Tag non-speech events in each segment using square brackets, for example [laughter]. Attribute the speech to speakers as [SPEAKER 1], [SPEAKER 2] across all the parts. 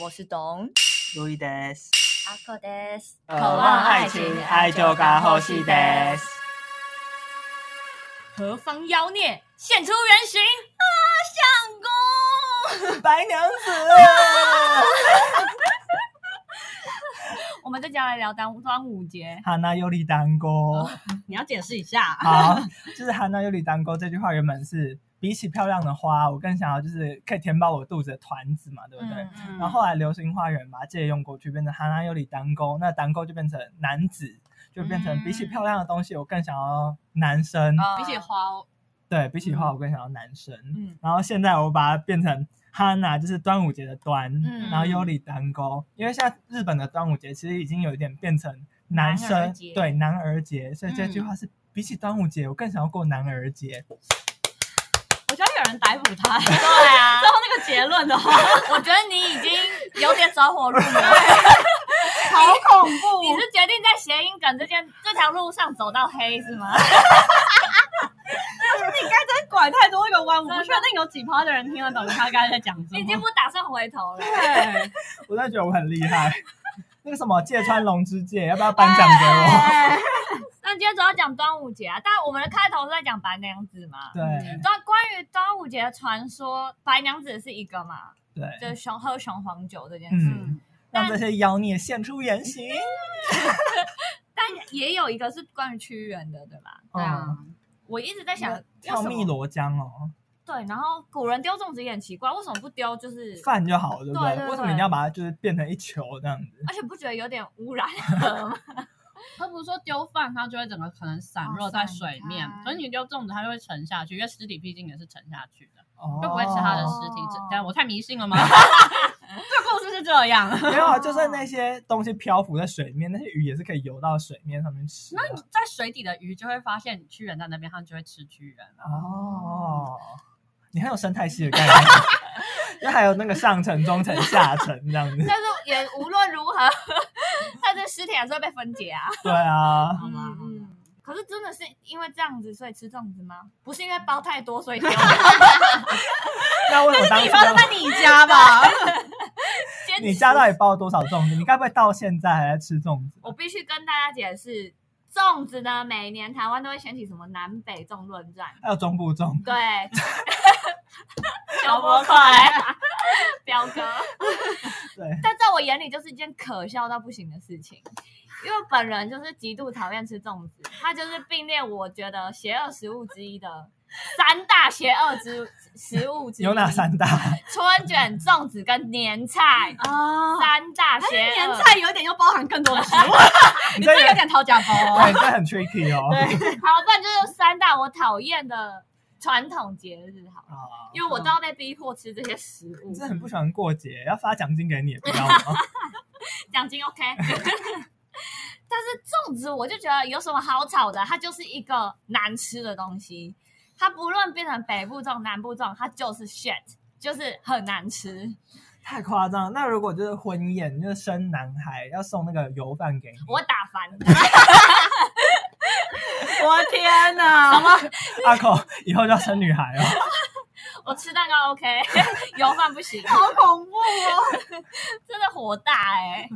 [SPEAKER 1] 我是董
[SPEAKER 2] 路易德斯，
[SPEAKER 1] 阿克德斯，
[SPEAKER 2] 渴望爱情，爱就该呼吸德斯。
[SPEAKER 1] 何方妖孽？现出原形！啊，相公！
[SPEAKER 2] 白娘 [laughs] 子，
[SPEAKER 1] 我们这集要来聊端端午节，
[SPEAKER 2] 哈娜尤里丹 [laughs] 哥。
[SPEAKER 3] 你要解释一下，
[SPEAKER 2] [laughs] 好，就是哈娜尤里丹哥这句话原本是比起漂亮的花，我更想要就是可以填饱我肚子的团子嘛，对不对？
[SPEAKER 1] 嗯嗯
[SPEAKER 2] 然后后来流星花园把它借用过去，变成哈娜尤里丹沟，那丹沟就变成男子，就变成比起漂亮的东西，我更想要男生。
[SPEAKER 1] 哦
[SPEAKER 3] 比起花哦，
[SPEAKER 2] 对比起花，我更想要男生。
[SPEAKER 1] 嗯
[SPEAKER 2] 然后现在我把它变成哈娜，就是端午节的端，
[SPEAKER 1] 嗯
[SPEAKER 2] 然后尤里丹沟，因为现在日本的端午节其实已经有一点变成男生
[SPEAKER 3] 男儿节
[SPEAKER 2] 对男儿节，所以这句
[SPEAKER 1] 嗯
[SPEAKER 2] 话是。比起端午节，我更想要过男儿节。
[SPEAKER 3] 我觉得有人逮捕 [laughs] 他。最后
[SPEAKER 1] 对啊，
[SPEAKER 3] 那个结论的话，
[SPEAKER 1] 我觉得你已经有点走火入 [laughs] 魔了。
[SPEAKER 3] 好恐怖
[SPEAKER 1] 你是决定在谐音梗这件这条路上走到黑是吗？
[SPEAKER 2] 嗯
[SPEAKER 3] 真拐太多那个弯，我
[SPEAKER 1] 真的
[SPEAKER 3] 不确定有几趴的人听得懂他刚才在讲什么。
[SPEAKER 1] 你已经 [laughs] 不打算回头了。
[SPEAKER 3] 对，
[SPEAKER 2] 我真的觉得我很厉害。 [laughs] 那个什么芥川龙之介，要不要颁
[SPEAKER 1] 啊
[SPEAKER 2] 奖给我？
[SPEAKER 3] 啊
[SPEAKER 1] 嗯那今天主要讲端午节啊，但我们的开头是在讲白娘子嘛。
[SPEAKER 2] 对
[SPEAKER 1] 端关于端午节的传说，白娘子是一个嘛，
[SPEAKER 2] 对，
[SPEAKER 1] 就是雄喝雄黄酒这件事。
[SPEAKER 2] 嗯，让这些妖孽现出原形。
[SPEAKER 1] 但也有一个是关于屈原的，对吧？
[SPEAKER 3] 对啊，
[SPEAKER 1] 我一直在想
[SPEAKER 2] 那，跳汨
[SPEAKER 1] 为什么
[SPEAKER 2] 罗江哦，
[SPEAKER 1] 对，然后古人丢粽子也很奇怪，为什么不丢？就是，
[SPEAKER 2] 饭就好了，对不
[SPEAKER 1] 对对对
[SPEAKER 2] 为什么一定要把它就是变成一球这样子？
[SPEAKER 1] 而且不觉得有点污染 [laughs] 了吗？
[SPEAKER 3] 他不是说丢饭，它就会整个可能散落在水面
[SPEAKER 1] 哦散，开
[SPEAKER 3] 可是你丢粽子，它就会沉下去，因为尸体毕竟也是沉下去的，
[SPEAKER 2] 哦
[SPEAKER 3] 就不会吃它的
[SPEAKER 1] 哦
[SPEAKER 3] 尸体。这等一下我太迷信 [laughs] 了吗？这个故事是这 [laughs] 样。
[SPEAKER 2] [laughs] 没有啊，就算那些东西漂浮在水面，那些鱼也是可以游到水面上面吃啊。
[SPEAKER 3] 那你在水底的鱼就会发现屈原在那边，它们就会吃屈原了。
[SPEAKER 2] 哦，你很有生态系的概念，因为还有那个上层、中层、下层这样子。
[SPEAKER 1] 但是也无论如何， [laughs] 但是尸体还是会被分解啊。
[SPEAKER 2] 对啊，
[SPEAKER 3] 好吧 [laughs]
[SPEAKER 1] 嗯嗯。可是真的是因为这样子所以吃粽子吗？不是因为包太多
[SPEAKER 2] [laughs]
[SPEAKER 1] 所以丢？
[SPEAKER 2] 那为什么当
[SPEAKER 3] 你
[SPEAKER 2] 初
[SPEAKER 3] 发生在你家吧？
[SPEAKER 1] 坚持
[SPEAKER 2] 你家到底包了多少粽子？你该不会到现在还在吃粽子？
[SPEAKER 1] 我必须跟大家解释，粽子呢，每年台湾都会掀起什么南北粽论战。
[SPEAKER 2] 还有中部粽，
[SPEAKER 1] 对，
[SPEAKER 3] 小波块，
[SPEAKER 1] 彪哥，
[SPEAKER 2] 对，
[SPEAKER 1] 但在我眼里就是一件可笑到不行的事情，因为本人就是极度讨厌吃粽子，它就是并列我觉得邪恶食物之一的三大邪恶之食物之一。
[SPEAKER 2] 有哪？三大？
[SPEAKER 1] 春卷、粽子跟年菜，
[SPEAKER 3] [laughs] 啊
[SPEAKER 1] 三大邪恶。
[SPEAKER 3] 年菜有一点又包含更多的食物， [laughs] 你
[SPEAKER 2] 这
[SPEAKER 3] 这
[SPEAKER 2] 个
[SPEAKER 3] 有点讨 [laughs] 假包哦。
[SPEAKER 2] 对，这很 tricky 哦。
[SPEAKER 3] 对，
[SPEAKER 1] 好，不然就是三大我讨厌的传统节日好了。
[SPEAKER 2] 啊，
[SPEAKER 1] 因为我都要被逼迫吃这些食物
[SPEAKER 2] 你，真的很不喜欢过节，要发奖金给你也不要
[SPEAKER 3] [laughs]
[SPEAKER 2] 吗？
[SPEAKER 1] 奖金 OK。但是粽子我就觉得有什么好吵的，它就是一个难吃的东西，它不论变成北部粽、南部粽，它就是 shit，就是很难吃。
[SPEAKER 2] 太夸张了。那如果就是婚宴，就是生男孩要送那个油饭给你，
[SPEAKER 1] 我打翻，
[SPEAKER 3] 我天哪！
[SPEAKER 2] 阿口以后就要生女孩哦。
[SPEAKER 1] [laughs]
[SPEAKER 2] [laughs]
[SPEAKER 1] 我吃蛋糕 OK，油 [laughs] 饭不行，
[SPEAKER 3] 好恐怖哦！
[SPEAKER 1] [laughs] 真的火大哎、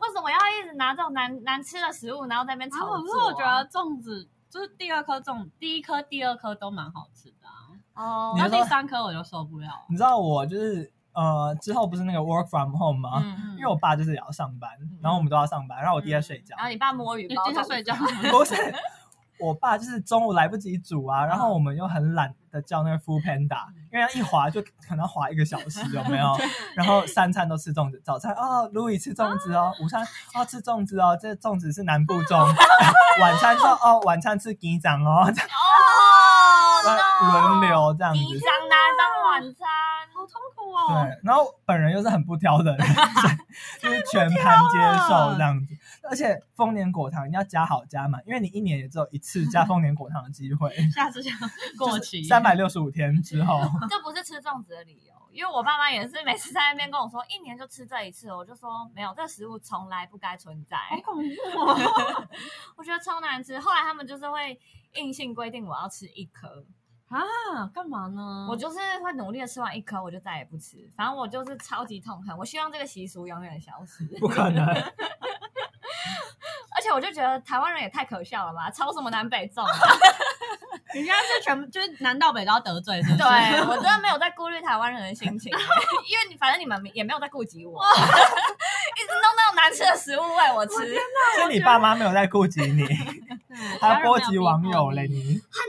[SPEAKER 1] 为什么要一直拿这种难难吃的食物，然后在那边
[SPEAKER 3] 然后
[SPEAKER 1] 炒
[SPEAKER 3] 可
[SPEAKER 1] 作
[SPEAKER 3] 是
[SPEAKER 1] 啊、
[SPEAKER 3] 我觉得粽子就是第二颗粽，第一颗、第二颗都蛮好吃的啊，
[SPEAKER 1] 哦
[SPEAKER 2] 你
[SPEAKER 3] 然
[SPEAKER 2] 是
[SPEAKER 3] 后
[SPEAKER 2] 说
[SPEAKER 3] 第三颗我就受不了。
[SPEAKER 2] 你知道我就是呃之后不是那个 work from home 吗？
[SPEAKER 1] 嗯，
[SPEAKER 2] 因为我爸就是也要上班，然后我们都要上班，然后我弟在睡觉
[SPEAKER 1] 然，后你爸摸鱼
[SPEAKER 3] 你
[SPEAKER 1] 包，
[SPEAKER 3] 今天睡觉，
[SPEAKER 2] 不是。我爸就是中午来不及煮啊，然后我们又很懒得叫那个 Food Panda，因为一划就可能要划一个小时，有没有？然后三餐都吃粽子，早餐哦，路易吃粽子哦，午餐哦吃粽子哦，这粽子是南部粽， [laughs] 晚餐说哦晚餐吃鸡掌哦，这样
[SPEAKER 1] 哦
[SPEAKER 2] 轮流这样子。
[SPEAKER 1] 你想拿当晚餐，
[SPEAKER 3] 好痛苦哦！
[SPEAKER 2] 对，然后本人又是很不挑的人，所以就是全盘接受这样子。而且丰年果糖一定要加好加满，因为你一年也只有一次加丰年果糖的机会，
[SPEAKER 3] [laughs] 下次想过期，
[SPEAKER 2] 三百六十五天之
[SPEAKER 3] [laughs]
[SPEAKER 2] 后。
[SPEAKER 1] 这不是吃粽子的理由。因为我爸妈也是每次在那边跟我说，一年就吃这一次，我就说没有，这食物从来不该存在，
[SPEAKER 3] 好恐怖哦！
[SPEAKER 1] 我觉得超难吃。后来他们就是会硬性规定我要吃一颗，
[SPEAKER 3] [laughs] 啊，干嘛呢？
[SPEAKER 1] 我就是会努力的吃完一颗，我就再也不吃。反正我就是超级痛恨，我希望这个习俗永远消失。
[SPEAKER 2] 不可能，
[SPEAKER 1] 而且我就觉得台湾人也太可笑了吧，超什么南北粽啊、
[SPEAKER 3] 人家是全部就是南到北都要得罪，是不是？
[SPEAKER 1] [laughs] 对我真的没有在顾虑台湾人的心 [laughs] 情，因为你反正你们也没有在顾及我， [laughs] 一直弄那种难吃的食物哎喂我吃，还
[SPEAKER 2] 是你爸妈没有在顾及
[SPEAKER 3] [laughs]
[SPEAKER 2] 你，
[SPEAKER 3] 对
[SPEAKER 2] 还波及网友嘞。你。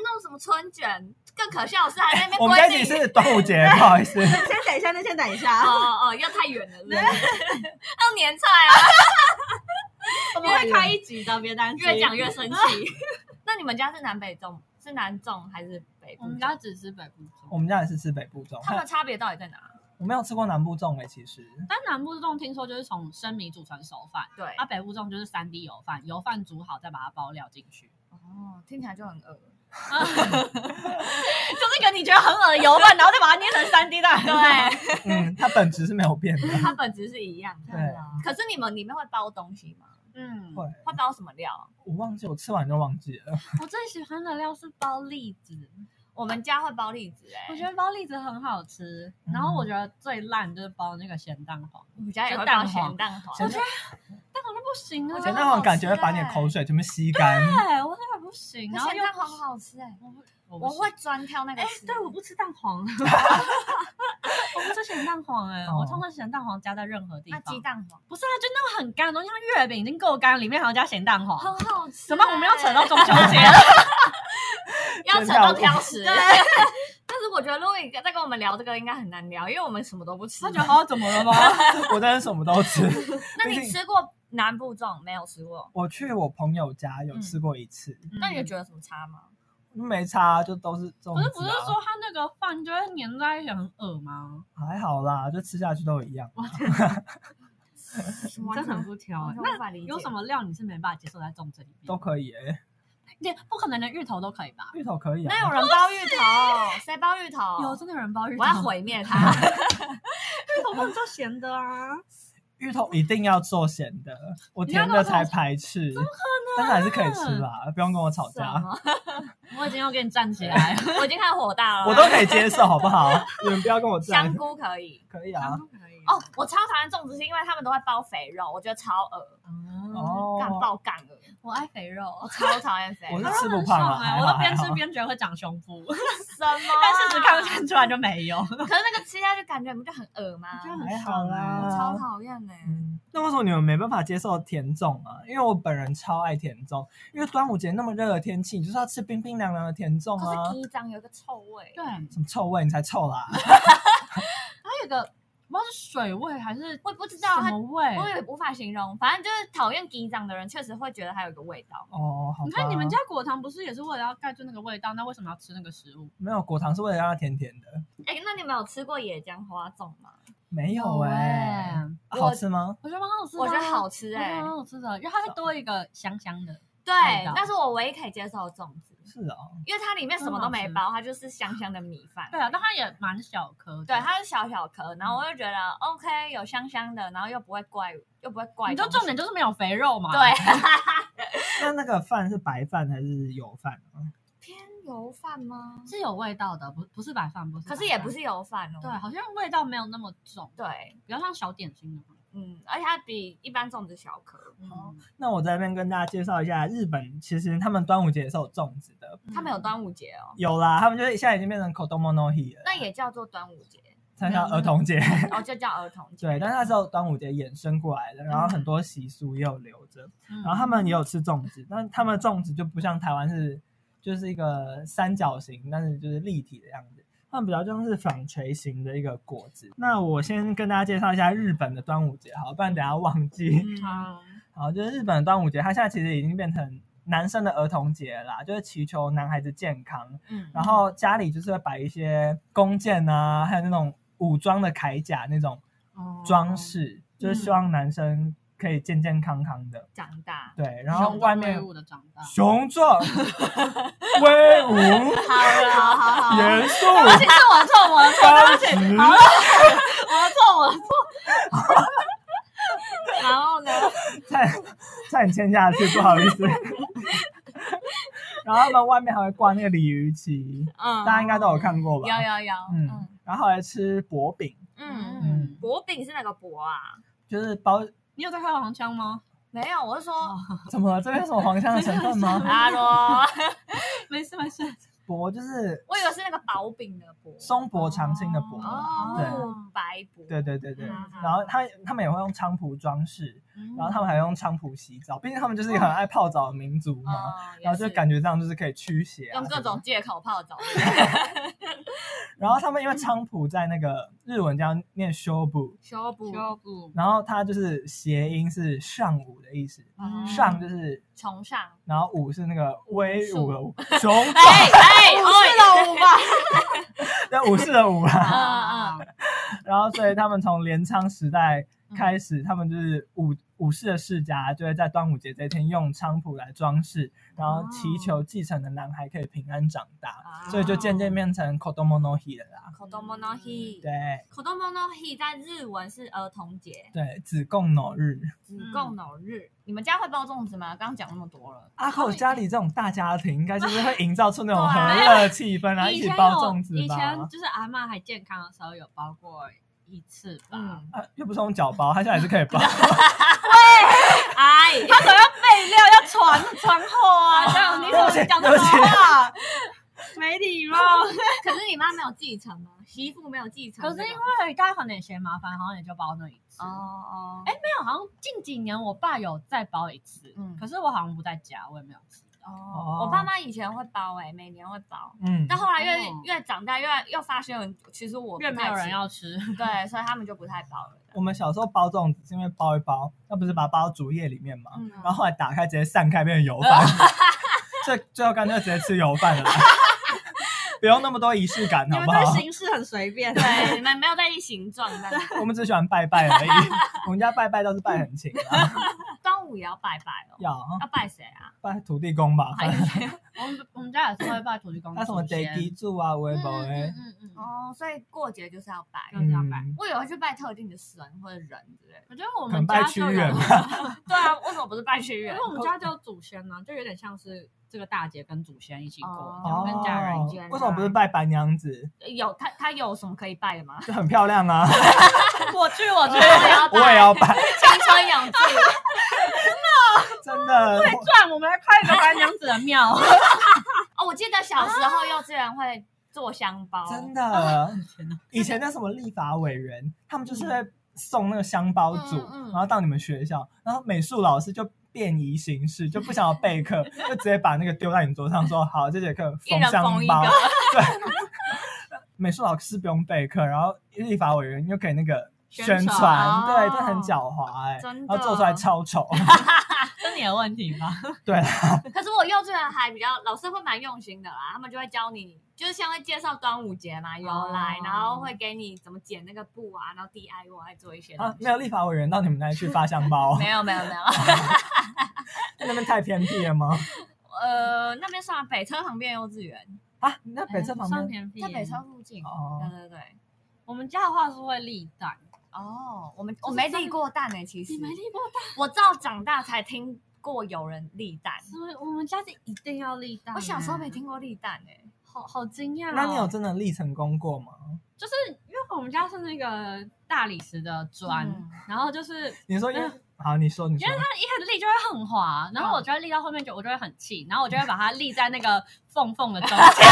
[SPEAKER 1] 弄什么春卷，更可笑的是还在那边
[SPEAKER 2] 我们这
[SPEAKER 1] 规
[SPEAKER 2] 一集
[SPEAKER 1] 定。
[SPEAKER 2] 是端午
[SPEAKER 3] [laughs]
[SPEAKER 2] 节，不好意思，
[SPEAKER 3] 先等一下，那先等一
[SPEAKER 1] 哦
[SPEAKER 3] [laughs] 下，
[SPEAKER 1] 哦，要太远了，是不是 [laughs] 要年菜 [laughs] 啊，
[SPEAKER 3] 我们会开一集的，别担心。
[SPEAKER 1] 越讲越生
[SPEAKER 3] [laughs]
[SPEAKER 1] 气。 [laughs] 那你们家是南北粽，是南粽还是北部
[SPEAKER 3] 我们
[SPEAKER 1] 粽？
[SPEAKER 3] 家只吃北部粽，
[SPEAKER 2] 我们家也是吃北部粽，
[SPEAKER 1] 他们的差别到底在哪？
[SPEAKER 2] 我没有吃过南部粽诶，欸其
[SPEAKER 3] [laughs]
[SPEAKER 2] 实
[SPEAKER 3] 但南部粽听说就是从生米煮成熟饭，
[SPEAKER 1] 对
[SPEAKER 3] 啊，北部粽就是三滴油饭，油饭煮好再把它包料进去，
[SPEAKER 1] 哦，听起来就很 [laughs] 饿。
[SPEAKER 3] 就是个你觉得很恶的油
[SPEAKER 1] [laughs]
[SPEAKER 3] 饭，然后再把它捏成三滴蛋。
[SPEAKER 1] 对，
[SPEAKER 2] 嗯，它本质是没有变的。
[SPEAKER 1] 它本质是一样的。
[SPEAKER 2] 对
[SPEAKER 1] 可是你们里面会包东西吗？
[SPEAKER 3] 嗯，
[SPEAKER 2] 会，
[SPEAKER 1] 会包什么料？
[SPEAKER 2] 我忘记我吃完就忘记了。
[SPEAKER 3] 我最喜欢的料是包栗子，
[SPEAKER 1] 我们家会包栗子、欸，
[SPEAKER 3] 我觉得包栗子很好吃。然后我觉得最烂就是包那个咸蛋黄，
[SPEAKER 1] 我们家也会包
[SPEAKER 3] 就蛋
[SPEAKER 1] 咸
[SPEAKER 3] 黄
[SPEAKER 1] 蛋黄。
[SPEAKER 2] 咸蛋
[SPEAKER 3] 蛋黄就不行啊，
[SPEAKER 1] 我觉
[SPEAKER 2] 前
[SPEAKER 1] 得
[SPEAKER 2] 那种感觉会把你的口水全部吸干。
[SPEAKER 3] 对我那个不行，然
[SPEAKER 1] 那
[SPEAKER 3] 后
[SPEAKER 1] 咸
[SPEAKER 3] 又
[SPEAKER 1] 蛋黄好吃哎、欸，
[SPEAKER 3] 我不
[SPEAKER 1] 我
[SPEAKER 3] 我
[SPEAKER 1] 会专挑那个
[SPEAKER 3] 哎、
[SPEAKER 1] 吃。
[SPEAKER 3] 对，我不吃蛋 [laughs] 黄，我不吃咸蛋黄哎、
[SPEAKER 2] 哦
[SPEAKER 3] 我通常咸蛋黄加在任何地
[SPEAKER 1] 那
[SPEAKER 3] 方。
[SPEAKER 1] 鸡蛋黄
[SPEAKER 3] 不是啊，就那种很干的东西，像月饼已经够干，里面还要加咸蛋黄。
[SPEAKER 1] 很好吃、欸。欸
[SPEAKER 3] 怎么我们要扯到中秋节了？
[SPEAKER 1] 要扯到挑
[SPEAKER 3] [laughs]
[SPEAKER 1] 食？
[SPEAKER 3] 对
[SPEAKER 1] 但是我觉得如果你在跟我们聊这个，应该很难聊，因为我们什么都不吃。
[SPEAKER 3] [laughs] 他觉得好怎么了吗？
[SPEAKER 2] [laughs] 我真的什么都
[SPEAKER 3] [laughs]
[SPEAKER 2] 吃。
[SPEAKER 1] 那你吃过南部粽没有吃过？
[SPEAKER 2] 我去我朋友家有吃过一次，
[SPEAKER 3] 嗯
[SPEAKER 1] 那你觉得有什么差吗？
[SPEAKER 2] 没差，就都是粽
[SPEAKER 3] 不
[SPEAKER 2] 子、啊。
[SPEAKER 3] 嗯是不是说它那个饭就会粘在一起很恶吗？
[SPEAKER 2] 还好啦，就吃下去都一样。
[SPEAKER 1] 完全
[SPEAKER 3] 真的很不挑哎、
[SPEAKER 1] 完全无
[SPEAKER 3] 那
[SPEAKER 1] 法理解
[SPEAKER 3] 有什么料你是没办法接受在粽子里面？
[SPEAKER 2] 都可以诶、
[SPEAKER 3] 你不可能连芋头都可以吧？
[SPEAKER 2] 芋头可以、啊。
[SPEAKER 1] 那有人包芋头？谁包芋头？
[SPEAKER 3] 有真的有人包芋头，
[SPEAKER 1] 哦我要毁
[SPEAKER 3] [laughs]
[SPEAKER 1] 灭他！
[SPEAKER 3] 芋头不能做咸的啊！
[SPEAKER 2] 芋头一定要做咸的，我甜的才排斥。怎么可能？但是还是可以吃啦，不用跟我吵
[SPEAKER 1] 什
[SPEAKER 2] 架，
[SPEAKER 1] 么？
[SPEAKER 3] 我已经要给你站起
[SPEAKER 1] 啊
[SPEAKER 3] 来了，
[SPEAKER 1] [laughs] 我已经开始火大了。
[SPEAKER 2] 我都可以接受，好不好？ [laughs] 你们不要跟我
[SPEAKER 1] [laughs] 香
[SPEAKER 2] 战。
[SPEAKER 1] 菇可以。
[SPEAKER 2] 可以啊，
[SPEAKER 3] 可以
[SPEAKER 1] 哦，我超讨厌粽子，是因为他们都会包肥肉，我觉得超恶，
[SPEAKER 2] 哦，
[SPEAKER 3] 哦，
[SPEAKER 1] 干爆干恶，
[SPEAKER 3] 我爱肥肉，
[SPEAKER 1] 我超讨厌肥 [laughs]
[SPEAKER 2] 我
[SPEAKER 1] 肉。
[SPEAKER 2] 是吃不胖啊
[SPEAKER 3] 很爽哎
[SPEAKER 2] 还好
[SPEAKER 3] 我都边
[SPEAKER 2] 还
[SPEAKER 3] 吃
[SPEAKER 2] 好
[SPEAKER 3] 边觉得会长胸部，
[SPEAKER 1] 什么啊？
[SPEAKER 3] [laughs] 但是只看不看出来就没有。
[SPEAKER 1] 可是那个吃下去感觉不就很恶吗？
[SPEAKER 3] 就很
[SPEAKER 2] 还好啦。
[SPEAKER 1] 我超讨厌呢。
[SPEAKER 2] 啊嗯，那为什么你们没办法接受甜粽啊？因为我本人超爱甜粽，因为端午节那么热的天气，你就是要吃冰冰凉凉的甜粽
[SPEAKER 1] 可是。
[SPEAKER 2] 啊
[SPEAKER 1] 鸡掌有一个臭味，
[SPEAKER 3] 对，啊它
[SPEAKER 2] 什么臭味？你才臭啦！ [laughs]
[SPEAKER 3] 有一个不知道是水味还是
[SPEAKER 1] 我也不知道
[SPEAKER 3] 什
[SPEAKER 1] 它，
[SPEAKER 3] 么味。
[SPEAKER 1] 我也无法形容。反正就是讨厌鸡掌的人，确实会觉得它有一个味道。
[SPEAKER 2] 哦，好吧。
[SPEAKER 3] 你看你们家果糖不是也是为了要盖住那个味道，那为什么要吃那个食物？
[SPEAKER 2] 没有果糖是为了让它甜甜的，
[SPEAKER 1] 哎，那你们有吃过野姜花粽吗？
[SPEAKER 2] 没有哎、
[SPEAKER 3] 哎，
[SPEAKER 2] 啊好吃吗？
[SPEAKER 3] 我觉得蛮好吃的啊，
[SPEAKER 1] 我觉得好吃
[SPEAKER 3] 我觉得
[SPEAKER 1] 哎
[SPEAKER 3] 蛮，好吃的，啊因为它会多一个香香的。
[SPEAKER 1] 对
[SPEAKER 3] 味，道
[SPEAKER 1] 那是我唯一可以接受的粽子，
[SPEAKER 2] 是哦，
[SPEAKER 1] 因为它里面什么都没包，它就是香香的米饭。
[SPEAKER 3] 对啊，但它也蛮小颗的。
[SPEAKER 1] 对，它是小小颗，然后我就觉得 OK，有香香的，然后又不会怪，又不会怪
[SPEAKER 3] 你
[SPEAKER 1] 东
[SPEAKER 3] 就
[SPEAKER 1] 西。
[SPEAKER 3] 重点就是没有肥肉嘛。
[SPEAKER 1] 对，
[SPEAKER 2] 啊
[SPEAKER 1] [laughs]
[SPEAKER 2] 那那个饭是白饭还是油饭啊？
[SPEAKER 1] 偏油饭吗？
[SPEAKER 3] 是有味道的，不不是白饭，不是白
[SPEAKER 1] 可
[SPEAKER 3] 饭，
[SPEAKER 1] 是也不是油饭哦。
[SPEAKER 3] 对，
[SPEAKER 2] 啊
[SPEAKER 3] 好像味道没有那么重，
[SPEAKER 1] 对，
[SPEAKER 3] 比较像小点心的。
[SPEAKER 1] 嗯，而且它比一般粽子小颗，嗯
[SPEAKER 3] 哦，
[SPEAKER 2] 那我在这边跟大家介绍一下，日本其实他们端午节也是有粽子的，
[SPEAKER 1] 他们有端午节哦，
[SPEAKER 2] 有啦，他们就是现在已经变成 kodomo no hi 了，
[SPEAKER 1] 那也叫做端午节，
[SPEAKER 2] 参加儿童节。 [laughs]
[SPEAKER 1] 哦，就叫儿童节。嗯
[SPEAKER 2] 对，但是那时候端午节衍生过来的，然后很多习俗也有留着，
[SPEAKER 3] 嗯，
[SPEAKER 2] 然后他们也有吃粽子，但他们的粽子就不像台湾是就是一个三角形，但是就是立体的样子，他们比较像是纺锤形的一个果子。那我先跟大家介绍一下日本的端午节，好，不然等下忘记。
[SPEAKER 1] 嗯，
[SPEAKER 3] 好，
[SPEAKER 2] 好，就是日本的端午节，它现在其实已经变成男生的儿童节了啦，就是祈求男孩子健康，
[SPEAKER 1] 嗯，
[SPEAKER 2] 然后家里就是会摆一些弓箭啊，还有那种武装的铠甲那种。
[SPEAKER 3] 哦嗯
[SPEAKER 2] 装，饰，就是希望男生可以健健康康的。
[SPEAKER 1] 长
[SPEAKER 2] [laughs]
[SPEAKER 1] 大，
[SPEAKER 2] 对，然后
[SPEAKER 3] 雄
[SPEAKER 2] 外
[SPEAKER 3] 中
[SPEAKER 2] 面
[SPEAKER 3] 威武的长大，
[SPEAKER 2] 雄壮、威武、
[SPEAKER 1] 好了，好好好，
[SPEAKER 2] 严肃、
[SPEAKER 3] 这是我的错，我的错，
[SPEAKER 2] 高直。
[SPEAKER 3] 好了，我的错，我的错，
[SPEAKER 1] 然后呢，
[SPEAKER 2] 再再你签下去，不好意思。 [laughs] 然后他们外面还会挂那个鲤鱼旗，
[SPEAKER 1] 嗯，
[SPEAKER 2] 大家应该都有看过吧？
[SPEAKER 1] 有有有，
[SPEAKER 2] 嗯
[SPEAKER 1] 嗯，
[SPEAKER 2] 然后还吃薄饼，
[SPEAKER 1] 嗯，
[SPEAKER 2] 嗯
[SPEAKER 1] 薄饼是哪个薄啊？
[SPEAKER 2] 就是包 [laughs]
[SPEAKER 3] 你有在开黄腔吗？
[SPEAKER 1] 没有，我是说
[SPEAKER 3] 哦
[SPEAKER 1] [laughs]
[SPEAKER 2] 怎么了这边有什么黄香的成分吗？
[SPEAKER 1] 阿罗，
[SPEAKER 3] 没事没事，
[SPEAKER 2] 薄就是
[SPEAKER 1] 我以为是那个薄饼的薄，
[SPEAKER 2] 松柏长青的薄，
[SPEAKER 1] 哦，白薄，
[SPEAKER 2] 对对对对。
[SPEAKER 1] 嗯
[SPEAKER 2] 然后他他们也会用菖蒲装饰，然后他们
[SPEAKER 3] 们
[SPEAKER 2] 还用菖蒲洗澡，毕竟他们就是一个很爱泡澡的民族嘛。
[SPEAKER 1] 嗯，
[SPEAKER 2] 然后就感
[SPEAKER 1] 觉
[SPEAKER 2] 觉这样就是可以驱邪、啊，
[SPEAKER 1] 用各种。借口泡澡，
[SPEAKER 2] [laughs] 然后他们因为菖蒲在那个日文叫念修补，
[SPEAKER 1] 修补
[SPEAKER 3] 修补
[SPEAKER 2] 然后它就是谐音是上午的意思，
[SPEAKER 1] 嗯
[SPEAKER 2] 上就是，
[SPEAKER 1] 崇
[SPEAKER 3] [laughs]
[SPEAKER 1] 尚，
[SPEAKER 2] 然后舞是那个威武的舞， [laughs] 雄
[SPEAKER 1] 哎 [laughs]
[SPEAKER 2] 霸
[SPEAKER 1] 哎，哦，
[SPEAKER 3] [laughs] 舞吧，
[SPEAKER 2] 对武士的舞
[SPEAKER 3] 啊
[SPEAKER 1] [laughs] 嗯
[SPEAKER 2] 啦。
[SPEAKER 1] 嗯嗯，
[SPEAKER 2] [laughs] 然后所以他们从镰仓时代
[SPEAKER 3] 嗯
[SPEAKER 2] 开始，他们就是武武士的世家就会在端午节这一天用菖蒲来装饰，然
[SPEAKER 3] 哦
[SPEAKER 2] 后祈求继承的男孩可以平安长大，
[SPEAKER 1] 啊
[SPEAKER 2] 所以就渐渐变成 kodomo no hi 了啦。
[SPEAKER 1] 子供の日，
[SPEAKER 2] 嗯对
[SPEAKER 1] 子供の日在日文是儿童节，
[SPEAKER 2] 对，子贡の日。
[SPEAKER 3] 啊
[SPEAKER 1] 子
[SPEAKER 3] 嗯
[SPEAKER 1] 贡脑日。你们家会包粽子吗？刚刚讲那么多了，
[SPEAKER 2] 阿寇家里这种大家庭，应该就是会营造出那
[SPEAKER 3] [laughs]
[SPEAKER 2] 种和
[SPEAKER 1] 对
[SPEAKER 2] 乐气氛，然后一
[SPEAKER 3] 以
[SPEAKER 2] 起
[SPEAKER 3] 前
[SPEAKER 2] 包
[SPEAKER 3] 有
[SPEAKER 2] 粽子
[SPEAKER 3] 以前
[SPEAKER 2] 吧。
[SPEAKER 3] 就是阿嬷还健康的时候有包过一次吧。
[SPEAKER 1] 嗯，
[SPEAKER 2] 啊，又不是用脚包，它现在是可以
[SPEAKER 3] [laughs]
[SPEAKER 2] 包。
[SPEAKER 1] 哎，
[SPEAKER 3] 他可能要备料，要传
[SPEAKER 1] [laughs]
[SPEAKER 3] 传后啊，这样你怎么讲这种话？没
[SPEAKER 1] [laughs]
[SPEAKER 3] 礼貌。
[SPEAKER 1] 可是你妈没有继承吗？媳妇没有继承这
[SPEAKER 3] 可
[SPEAKER 1] 个，
[SPEAKER 3] 是因为大家可能也嫌麻烦，好像也就包那一次。
[SPEAKER 1] 哦哦，
[SPEAKER 3] 哎，没有，好像近几年我爸有再包一次，
[SPEAKER 1] 嗯
[SPEAKER 3] 可是我好像不在家，我也没有吃。
[SPEAKER 1] 哦，我爸妈以前会包，哎，每年会包。
[SPEAKER 2] 嗯，
[SPEAKER 1] 但后来越
[SPEAKER 3] 哦
[SPEAKER 1] 越长大，越越发现，其实我不
[SPEAKER 3] 越没有
[SPEAKER 1] 太
[SPEAKER 3] 人
[SPEAKER 1] 吃
[SPEAKER 3] 要吃，
[SPEAKER 1] [laughs] 对，所以他们就不太包了。 [laughs]
[SPEAKER 2] 我们小时候包粽子是因为包一包，那不是把它包到竹叶里面嘛，
[SPEAKER 1] 嗯
[SPEAKER 2] 然后后来打开直接散开变成油
[SPEAKER 3] 嗯
[SPEAKER 2] 饭，最最后干脆直接吃油饭了 [laughs] 啦，不用那么多仪式感，好不好？
[SPEAKER 3] 事很随
[SPEAKER 1] [laughs]
[SPEAKER 3] 便
[SPEAKER 1] 对，你们没有在意形状，但是
[SPEAKER 2] 我们只喜欢拜拜而已，我们家拜拜倒是拜很勤啊，
[SPEAKER 1] 端午也要拜拜哦。
[SPEAKER 2] 要啊
[SPEAKER 1] 要拜谁啊？
[SPEAKER 2] 拜土地公吧，
[SPEAKER 1] 还是谁？啊
[SPEAKER 3] 我们我们家也是会拜土地公，
[SPEAKER 2] 那什么
[SPEAKER 3] 哎祖先
[SPEAKER 2] d a 柱啊，微博哎
[SPEAKER 3] 嗯，嗯嗯嗯。
[SPEAKER 1] [laughs] 哦，所以过节就是要拜。
[SPEAKER 3] 嗯要拜
[SPEAKER 1] 我以为去拜特定的神或者人之类的。
[SPEAKER 3] 我觉得我
[SPEAKER 2] 可能
[SPEAKER 3] 们
[SPEAKER 2] 拜
[SPEAKER 3] 家
[SPEAKER 2] 屈
[SPEAKER 3] 就有，
[SPEAKER 2] 原吧
[SPEAKER 3] 因
[SPEAKER 1] 对啊，为什么不是拜 [laughs] 屈原
[SPEAKER 3] 为？我们家就有祖先呢、就有点像是这个大姐跟祖先一起过，
[SPEAKER 1] 哦
[SPEAKER 3] 然后跟家人啊一起。
[SPEAKER 1] 起来
[SPEAKER 2] 哎为什么不是拜白娘子？
[SPEAKER 1] 有他，他有什么可以拜的 [laughs] 吗？
[SPEAKER 2] 就很漂亮啊，
[SPEAKER 3] [laughs] 我去，我去，
[SPEAKER 1] 我也要
[SPEAKER 2] 我也
[SPEAKER 1] 拜，
[SPEAKER 2] 要拜，
[SPEAKER 1] 青春永驻。
[SPEAKER 2] 真的。
[SPEAKER 3] 算我们来开一个白娘子的 [laughs] 庙。
[SPEAKER 1] 哦，我记得小时候幼稚园会做香包，啊哦
[SPEAKER 2] 真的，以前那什么立法委员，他们就是会送那个香包组，
[SPEAKER 1] 嗯嗯
[SPEAKER 2] 然后到你们学校，然后美术老师就便宜行事，就不想要
[SPEAKER 1] [laughs]
[SPEAKER 2] 备课，就直接把那个丢在你桌上说：“好，这节课
[SPEAKER 1] 一
[SPEAKER 2] 封
[SPEAKER 1] 人
[SPEAKER 2] 香
[SPEAKER 1] 封一
[SPEAKER 2] 包。
[SPEAKER 1] 个。”
[SPEAKER 2] 对，美术老师不用备课，然后立法委员又给那个
[SPEAKER 3] 宣
[SPEAKER 2] 传，
[SPEAKER 1] 传
[SPEAKER 2] 对，
[SPEAKER 1] 哦
[SPEAKER 2] 这很狡猾哎、
[SPEAKER 1] 真的
[SPEAKER 2] 然后做出来超丑，
[SPEAKER 1] [laughs]
[SPEAKER 3] 是你的问题吧？
[SPEAKER 2] 对，
[SPEAKER 1] 可是我幼稚园还比较，老师会蛮用心的啦，他们就会教你，就是像会介绍端午节嘛由来，
[SPEAKER 3] 哦
[SPEAKER 1] 然后会给你怎么剪那个布啊，然后 DIY 做一些东
[SPEAKER 2] 啊，
[SPEAKER 1] 西。
[SPEAKER 2] 没有立法委员到你们那里去发香包，
[SPEAKER 1] [laughs] 没有没有没有，
[SPEAKER 2] 那边太偏僻了吗？
[SPEAKER 1] 呃，那边算北车旁边幼稚园，
[SPEAKER 2] 啊，你在
[SPEAKER 1] 嗯
[SPEAKER 2] 北侧旁
[SPEAKER 3] 算
[SPEAKER 2] 边、
[SPEAKER 3] 偏僻
[SPEAKER 1] 在北车附近。
[SPEAKER 2] 哦
[SPEAKER 1] 对。对对，
[SPEAKER 3] 我们家的话是会立蛋，
[SPEAKER 1] 哦，我们我没立过蛋哎、其实
[SPEAKER 3] 立过蛋？
[SPEAKER 1] 我到长大才听过有人立蛋，
[SPEAKER 3] 是不是我们家是一定要立蛋、
[SPEAKER 1] 啊
[SPEAKER 3] 啊
[SPEAKER 1] 我小时候没，听过立蛋哎、
[SPEAKER 3] 好好惊
[SPEAKER 1] 嗯
[SPEAKER 3] 讶、哦。
[SPEAKER 2] 那你有真的立成功过吗？
[SPEAKER 3] 就是因为我们家是那个大理石的砖，
[SPEAKER 1] 嗯
[SPEAKER 3] 然后就是
[SPEAKER 2] 你说因为、好，你说你说
[SPEAKER 3] 因为它一立就会很滑，然
[SPEAKER 2] 嗯
[SPEAKER 3] 后我就会立到后面就我就会很气，然后我就会把它立在那个缝缝的中
[SPEAKER 2] [laughs]
[SPEAKER 3] 间，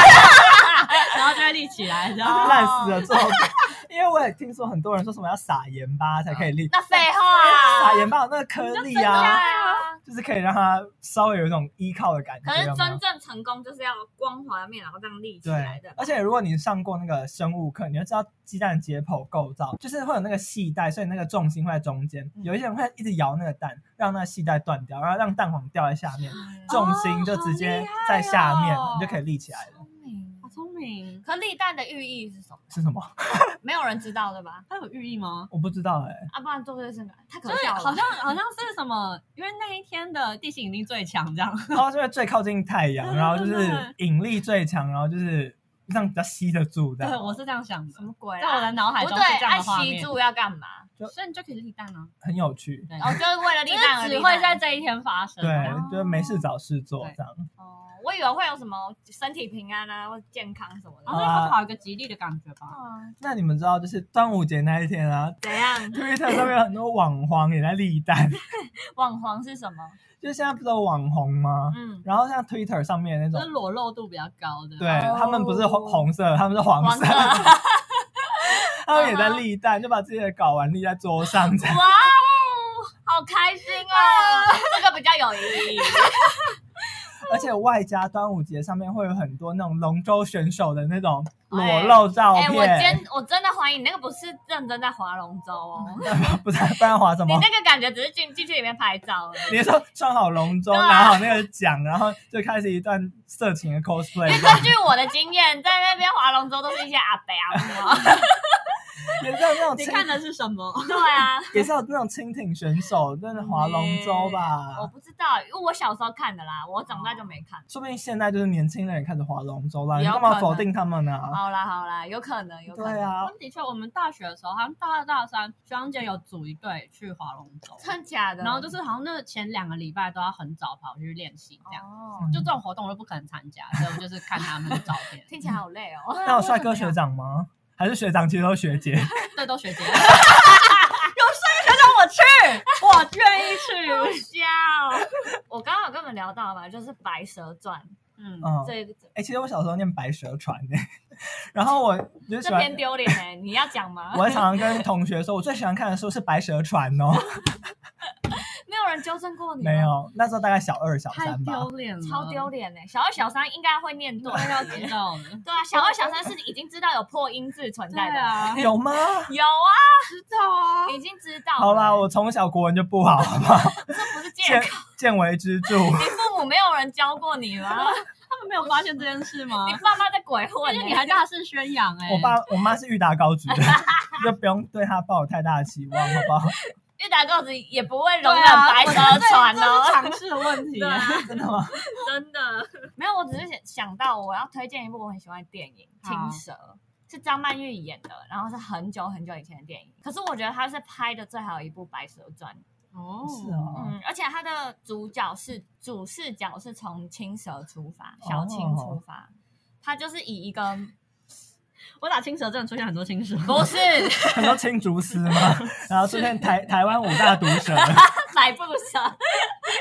[SPEAKER 3] 然后就会立起来，然后
[SPEAKER 2] 啊烂死了之后， [laughs] 因为我也听说很多人说什么要撒盐巴才可以立，
[SPEAKER 1] 那废话
[SPEAKER 2] 撒，盐巴有那个颗粒
[SPEAKER 1] 对
[SPEAKER 2] 啊，
[SPEAKER 1] 啊。
[SPEAKER 2] 就是可以让它稍微有一种依靠的感觉。
[SPEAKER 1] 可是
[SPEAKER 2] 有没有
[SPEAKER 1] 真正成功就是要光滑面，然后这样立起来
[SPEAKER 2] 对
[SPEAKER 1] 的，。
[SPEAKER 2] 而且如果你上过那个生物课，你就知道鸡蛋的解剖构造，就是会有那个系带，所以那个重心会在中间。
[SPEAKER 1] 嗯
[SPEAKER 2] 有一些人会一直摇那个蛋，让那个系带断掉，然后让蛋黄掉在下面，
[SPEAKER 1] 嗯
[SPEAKER 2] 重心就直接
[SPEAKER 1] 哦
[SPEAKER 2] 在下面，你就可以立起来了。
[SPEAKER 1] 聪明
[SPEAKER 3] 好聪明，
[SPEAKER 1] 可立蛋的寓意是什么？
[SPEAKER 2] 是什么？
[SPEAKER 1] 没有人知道对吧？
[SPEAKER 3] 它有寓意吗？
[SPEAKER 2] 我不知道哎、
[SPEAKER 1] 啊，不然做这个是哪？太可
[SPEAKER 3] 就是
[SPEAKER 1] 笑了。
[SPEAKER 3] 好像好像是什么，因为那一天的地心引力最强，这样
[SPEAKER 2] 然后就是最靠近太阳，然后就是引力最强，然后就是这样比较吸得住这
[SPEAKER 3] 对，
[SPEAKER 2] 样，
[SPEAKER 3] 我是这样想的
[SPEAKER 1] 什。么鬼
[SPEAKER 3] 在我
[SPEAKER 1] 啦？
[SPEAKER 3] 的脑海
[SPEAKER 1] 不
[SPEAKER 3] 中
[SPEAKER 1] 对，
[SPEAKER 3] 是这样
[SPEAKER 1] 爱
[SPEAKER 3] 的画
[SPEAKER 1] 吸
[SPEAKER 3] 面，
[SPEAKER 1] 住要干嘛？
[SPEAKER 3] 所以你就可以立蛋啊，
[SPEAKER 2] 很有趣。
[SPEAKER 3] 对
[SPEAKER 1] 哦，就是为了立
[SPEAKER 3] 就
[SPEAKER 1] 蛋而
[SPEAKER 3] 是
[SPEAKER 1] 立
[SPEAKER 3] 只
[SPEAKER 1] 蛋
[SPEAKER 3] 会在这一天发生。啊
[SPEAKER 2] 对
[SPEAKER 3] 好吗，
[SPEAKER 2] 就是没事找事做
[SPEAKER 3] 嗯对
[SPEAKER 2] 这样。
[SPEAKER 1] 哦，我以为会有什么身体平安啊，或健康什么的。
[SPEAKER 3] 然后
[SPEAKER 2] 啊
[SPEAKER 3] 会跑一个吉利的感觉吧。
[SPEAKER 1] 嗯，
[SPEAKER 2] 那你们知道，就是端午节那一天啊
[SPEAKER 1] 怎样？
[SPEAKER 2] ，Twitter 上面有很多网黄也在立蛋，
[SPEAKER 1] 网黄是什么？
[SPEAKER 2] 就现在不是有网红吗？
[SPEAKER 1] 嗯，
[SPEAKER 2] 然后像 Twitter 上面那
[SPEAKER 3] 就是
[SPEAKER 2] 种，
[SPEAKER 3] 裸露度比较高的，
[SPEAKER 2] 对
[SPEAKER 1] 哦
[SPEAKER 2] 他们不是红红色，他们是黄
[SPEAKER 1] 黄
[SPEAKER 2] 色
[SPEAKER 1] 色。，
[SPEAKER 3] [laughs]
[SPEAKER 2] 他们也在立蛋，就把自己的睾丸立在桌上这样。
[SPEAKER 1] 哇哦，好开心哦！
[SPEAKER 3] 啊
[SPEAKER 1] 这个比较有意义。
[SPEAKER 2] 而且外加端午节上面会有很多那种龙舟选手的那种裸露照
[SPEAKER 1] 哎，我
[SPEAKER 2] 片，
[SPEAKER 1] 真我真的怀疑你那个不是认真在划龙舟哦，
[SPEAKER 2] [laughs] 不是不然划什
[SPEAKER 1] 你
[SPEAKER 2] 么？
[SPEAKER 1] 那个感觉只是进进去里面拍照而已。
[SPEAKER 2] [laughs] 你说穿好龙舟，
[SPEAKER 1] 对啊
[SPEAKER 2] 拿好那个奖，然后就开始一段色情的
[SPEAKER 1] [laughs]
[SPEAKER 2] cosplay，
[SPEAKER 1] 因为
[SPEAKER 2] 这样
[SPEAKER 1] 根据我的经验，在那边划龙舟都是一些阿伯啊阿
[SPEAKER 2] [laughs]
[SPEAKER 1] 姆。
[SPEAKER 2] 也是有那种
[SPEAKER 3] 你
[SPEAKER 2] 蜻
[SPEAKER 3] 看的是什么？
[SPEAKER 1] 对啊，
[SPEAKER 2] 也是有那种蜻蜓选手真的划龙舟
[SPEAKER 1] 我 [laughs]
[SPEAKER 2] 吧？
[SPEAKER 1] 不知道，因为我小时候看的啦，我长大就没看。
[SPEAKER 2] 说不定现在就是年轻人也开始划龙舟了，你
[SPEAKER 1] 有
[SPEAKER 2] 干嘛
[SPEAKER 1] 可能
[SPEAKER 2] 否定他们呢？
[SPEAKER 1] 好啦好啦，有可能有可
[SPEAKER 2] 对
[SPEAKER 1] 能。
[SPEAKER 2] 啊
[SPEAKER 3] 我，们的确，我们大学的时候，好像大二、大三，学长姐有组一队去划龙舟，
[SPEAKER 1] 真假的？
[SPEAKER 3] 然后就是好像那前两个礼拜都要很早跑去练习，这样。
[SPEAKER 1] 哦，
[SPEAKER 3] 就这种活动我都不可能参加，所以我就是看他们的照片
[SPEAKER 1] [laughs] 。听起来好累哦。
[SPEAKER 2] 嗯那有帅哥学长吗？还是学长其实都是
[SPEAKER 1] [laughs]
[SPEAKER 2] 学姐？
[SPEAKER 3] 对，都学姐。有帅学长我去，我愿意
[SPEAKER 1] 好 [laughs]
[SPEAKER 3] 去。
[SPEAKER 1] 笑哦，我刚刚有跟你们聊到嘛，就是《白蛇传
[SPEAKER 3] 嗯，》
[SPEAKER 2] 嗯，
[SPEAKER 1] 这个
[SPEAKER 2] 哎、其实我小时候念白蛇传诶、 [laughs] 然后我就喜
[SPEAKER 1] 这
[SPEAKER 2] 欢
[SPEAKER 1] 篇，丢脸哎，你要讲吗
[SPEAKER 2] [laughs] 我？还常常跟同学说，我最喜欢看的书是白蛇传
[SPEAKER 1] [laughs]
[SPEAKER 2] 哦。
[SPEAKER 1] 没有人纠正过你，
[SPEAKER 2] 没，有，那时候大概小二、小
[SPEAKER 3] 太
[SPEAKER 2] 三吧
[SPEAKER 3] 丢。脸了，
[SPEAKER 1] 超丢脸哎。小二、小三应该会念对，
[SPEAKER 3] 对，要知道的。
[SPEAKER 1] 对啊，小二、小三是已经知道有破音字存
[SPEAKER 3] 对
[SPEAKER 1] 在的，
[SPEAKER 3] 啊，
[SPEAKER 2] [laughs] 有吗？
[SPEAKER 1] 有啊，
[SPEAKER 3] 知道啊。
[SPEAKER 1] 已经知道了。
[SPEAKER 2] 好啦，我从小国文就不好，好不好？
[SPEAKER 1] 不是 [laughs] 借
[SPEAKER 2] 见
[SPEAKER 1] 口，
[SPEAKER 2] [laughs] 见微知著。
[SPEAKER 1] 你父母没有人教过你 [laughs] 吗？
[SPEAKER 3] 他们没有发现这件事吗
[SPEAKER 1] 你？爸妈在鬼混
[SPEAKER 3] [laughs] 而
[SPEAKER 1] 欸，
[SPEAKER 3] 且你还大肆宣扬哎、
[SPEAKER 2] 我爸我妈是育达高职的， [laughs] 就不用对她抱有太大的期望，好不好？
[SPEAKER 1] 玉达公子也不会容
[SPEAKER 3] 对
[SPEAKER 1] 忍
[SPEAKER 3] 啊
[SPEAKER 1] 白
[SPEAKER 3] 我
[SPEAKER 1] 蛇
[SPEAKER 3] 觉得这
[SPEAKER 1] 传
[SPEAKER 3] 这是
[SPEAKER 1] 哦。
[SPEAKER 3] 尝试的问题、
[SPEAKER 1] 对
[SPEAKER 2] [laughs]
[SPEAKER 1] 啊
[SPEAKER 2] 真的吗？
[SPEAKER 1] 真的没有，我只是想想到我要推荐一部我很喜欢的电影《
[SPEAKER 3] 好
[SPEAKER 1] 青蛇》，是张曼玉演的，然后是很久很久以前的电影。可是我觉得它是拍的最好的一部《白蛇传》，
[SPEAKER 3] 哦
[SPEAKER 2] 是哦，
[SPEAKER 1] 嗯，而且它的主角是主视角是从青蛇出发，小青出发，它就是以一个
[SPEAKER 3] 我打青蛇真的出现很多青蛇， [laughs] 哦
[SPEAKER 1] 不 [laughs] 是
[SPEAKER 2] 很多青竹丝嘛，然后出现台台湾五大毒蛇，
[SPEAKER 1] 百步蛇、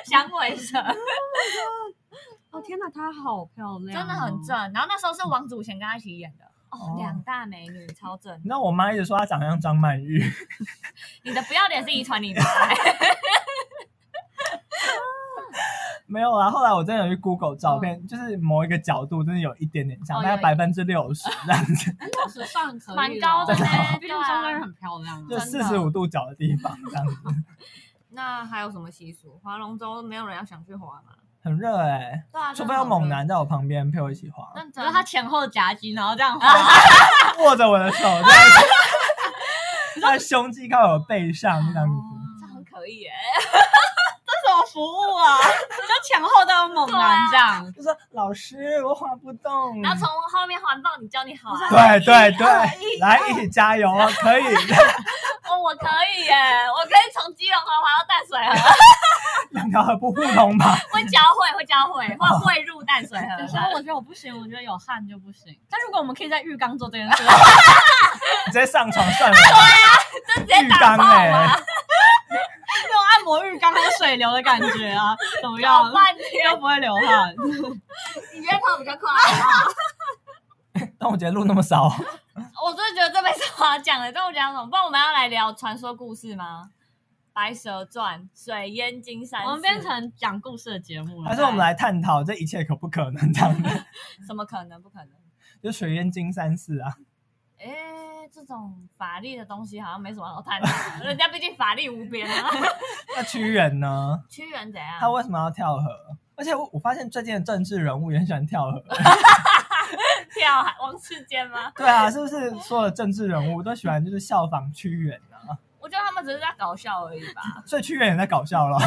[SPEAKER 1] [laughs] 响尾蛇，
[SPEAKER 3] 哦天哪，她好漂亮、哦
[SPEAKER 1] 真的很正。。然后那时候是王祖贤跟她一起演的。
[SPEAKER 2] 哦
[SPEAKER 1] 哦，两大美女超正，
[SPEAKER 2] 那我妈一直说她长得像张曼玉， [laughs]
[SPEAKER 1] 你的不要脸是遗传你的，哎
[SPEAKER 2] 没有啊。后来我真的有去 Google 照片，就是某一个角度真的有一点点像，
[SPEAKER 1] 哦
[SPEAKER 2] 大概
[SPEAKER 1] 有
[SPEAKER 2] 百分之六十这样子，
[SPEAKER 3] 哎，六十 [laughs] 上可以了
[SPEAKER 1] 蛮高的呢
[SPEAKER 3] 毕
[SPEAKER 1] 对
[SPEAKER 3] 竟
[SPEAKER 1] 啊
[SPEAKER 3] 中国人很漂亮啊。
[SPEAKER 2] 就
[SPEAKER 1] 真
[SPEAKER 2] 四
[SPEAKER 1] 的
[SPEAKER 2] 十五度角的地方这样子，
[SPEAKER 1] [laughs] 那还有什么习俗？划龙舟没有人要想去划吗？
[SPEAKER 2] 很热
[SPEAKER 1] [laughs]
[SPEAKER 2] 哎、
[SPEAKER 1] 对啊，
[SPEAKER 2] 除非有猛，男在我旁边陪我一起滑，
[SPEAKER 1] 认
[SPEAKER 3] 就
[SPEAKER 1] 真
[SPEAKER 3] 是
[SPEAKER 1] 他
[SPEAKER 3] 她前后夹击，然后这 [laughs] 样
[SPEAKER 2] 握着我的手，这样子 [laughs] 他的胸肌靠我背上这样子，
[SPEAKER 1] 这很可以耶，
[SPEAKER 3] 这什么服务啊？ [laughs] 就前后都有猛男这样，
[SPEAKER 2] 就说老师我滑不动，哎
[SPEAKER 1] 然后从后面环抱你，教你好啊。
[SPEAKER 2] 对对
[SPEAKER 3] 一
[SPEAKER 2] 对，来一起加油哦， [laughs] 可以。
[SPEAKER 1] 哦，我可以耶，我可以从基隆河滑到淡水河，
[SPEAKER 2] 两条河不互通吧？
[SPEAKER 1] 会教会，会教会，会汇入淡水河
[SPEAKER 3] 有
[SPEAKER 2] [laughs]
[SPEAKER 3] 时候
[SPEAKER 1] 的。
[SPEAKER 3] 我觉得我不行，我觉得有汗就不行。但如果我们可以在浴缸做这件事， [laughs]
[SPEAKER 2] 你直接上床算了，
[SPEAKER 1] 这直接
[SPEAKER 2] 浴
[SPEAKER 1] 打
[SPEAKER 2] 缸
[SPEAKER 1] 爆
[SPEAKER 2] 哎、 [laughs]
[SPEAKER 1] 啊！
[SPEAKER 3] 那种按摩浴缸还有水流的感觉 [laughs] 啊，怎么样
[SPEAKER 1] 搞？半天，
[SPEAKER 3] 又不会流汗。
[SPEAKER 1] 你约炮比较快。啊
[SPEAKER 2] 但我觉得录那么 [laughs] 少，
[SPEAKER 1] 我真的觉得这没什么好讲的，但我讲什么？不然我们要来聊传说故事吗？《白蛇传》水淹金山寺，
[SPEAKER 3] 我们变成讲故事的节目了。
[SPEAKER 2] 还是我们来探讨这一切可不可能这样子？
[SPEAKER 1] 什么可能？不可能。
[SPEAKER 2] 就水淹金山寺啊，
[SPEAKER 1] 哎，这种法律的东西好像没什么好探讨的，人家毕竟法力无边啊。 [laughs]
[SPEAKER 2] 那屈原呢？
[SPEAKER 1] 屈原怎样？
[SPEAKER 2] 他为什么要跳河？而且我我发现最近的政治人物也很喜欢跳河。
[SPEAKER 1] 跳海王世坚吗？
[SPEAKER 2] 对啊，是不是所有的政治人物都喜欢就是效仿屈原啊？
[SPEAKER 1] 我觉得他们只是在搞笑而已吧。
[SPEAKER 2] 所以屈原也在搞笑
[SPEAKER 3] [laughs]
[SPEAKER 2] 了。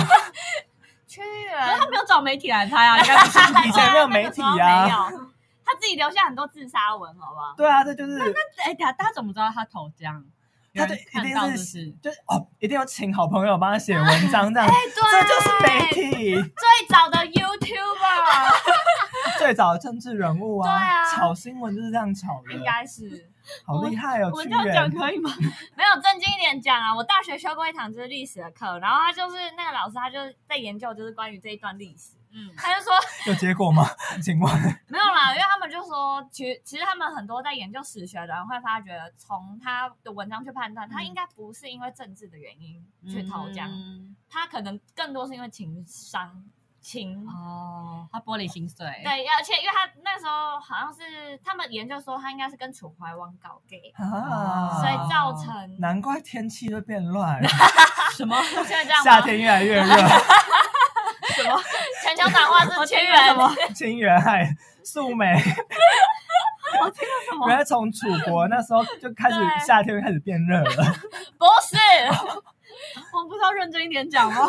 [SPEAKER 1] 屈
[SPEAKER 3] 可是
[SPEAKER 1] 原
[SPEAKER 3] 他没有找媒体来拍啊，应该不是
[SPEAKER 2] 以前没有媒体啊
[SPEAKER 1] 那个时候没有他自己己留下很多自杀文，好不好？
[SPEAKER 2] 对啊，这就是
[SPEAKER 3] 哎，大大家怎么知道他投江？
[SPEAKER 2] 他就
[SPEAKER 3] 有人
[SPEAKER 2] 一
[SPEAKER 3] 看到
[SPEAKER 2] 定
[SPEAKER 3] 就是是
[SPEAKER 2] 就是哦，一定要请好朋友帮他写文章这样，
[SPEAKER 1] 哎，
[SPEAKER 2] 这就是媒
[SPEAKER 1] 对，
[SPEAKER 2] 体
[SPEAKER 1] 最早的 YouTuber，
[SPEAKER 2] 最早的政治人物
[SPEAKER 1] 对啊
[SPEAKER 2] 炒新闻就是这样炒的
[SPEAKER 1] 应，该是
[SPEAKER 2] 好厉害哦，
[SPEAKER 3] 哎我
[SPEAKER 2] 屈
[SPEAKER 3] 这样讲
[SPEAKER 2] 原
[SPEAKER 3] 可以吗？
[SPEAKER 1] 没有正经一点讲啊。我大学修过一堂就是历史的课，然后他就是那个老师，他就是在研究就是关于这一段历
[SPEAKER 3] [laughs]
[SPEAKER 1] 史，
[SPEAKER 3] 嗯，
[SPEAKER 1] 他就说
[SPEAKER 2] 有结果吗？ [laughs] 请问
[SPEAKER 1] 没有啦，因为他们就说，其实其实他们很多在研究史学的人会发觉，从他的文章去判断，他应该不是因为政治的原因去投江，
[SPEAKER 3] 嗯
[SPEAKER 1] 他可能更多是因为情商情。
[SPEAKER 3] 哦，他玻璃心碎。
[SPEAKER 1] 对，而且因为他那时候好像是他们研究说他应该是跟楚怀王搞 gay，、
[SPEAKER 3] 哦
[SPEAKER 2] 啊，
[SPEAKER 1] 所以造成
[SPEAKER 2] 难怪天气会变
[SPEAKER 3] [laughs]
[SPEAKER 2] 乱，
[SPEAKER 3] 什么？
[SPEAKER 1] 现在这样吗
[SPEAKER 2] 夏天越来越热， [laughs]
[SPEAKER 1] 全球暖化
[SPEAKER 3] [laughs]
[SPEAKER 1] 是
[SPEAKER 3] 听
[SPEAKER 1] 千
[SPEAKER 3] 了什
[SPEAKER 1] 元
[SPEAKER 3] 么？
[SPEAKER 2] 清原海素梅。
[SPEAKER 3] [laughs] 我听了什么
[SPEAKER 2] 原？来从楚国那时候就开始
[SPEAKER 1] 对
[SPEAKER 2] 夏天就开始变热了，
[SPEAKER 1] 不是
[SPEAKER 3] 我不知道认真一点讲吗？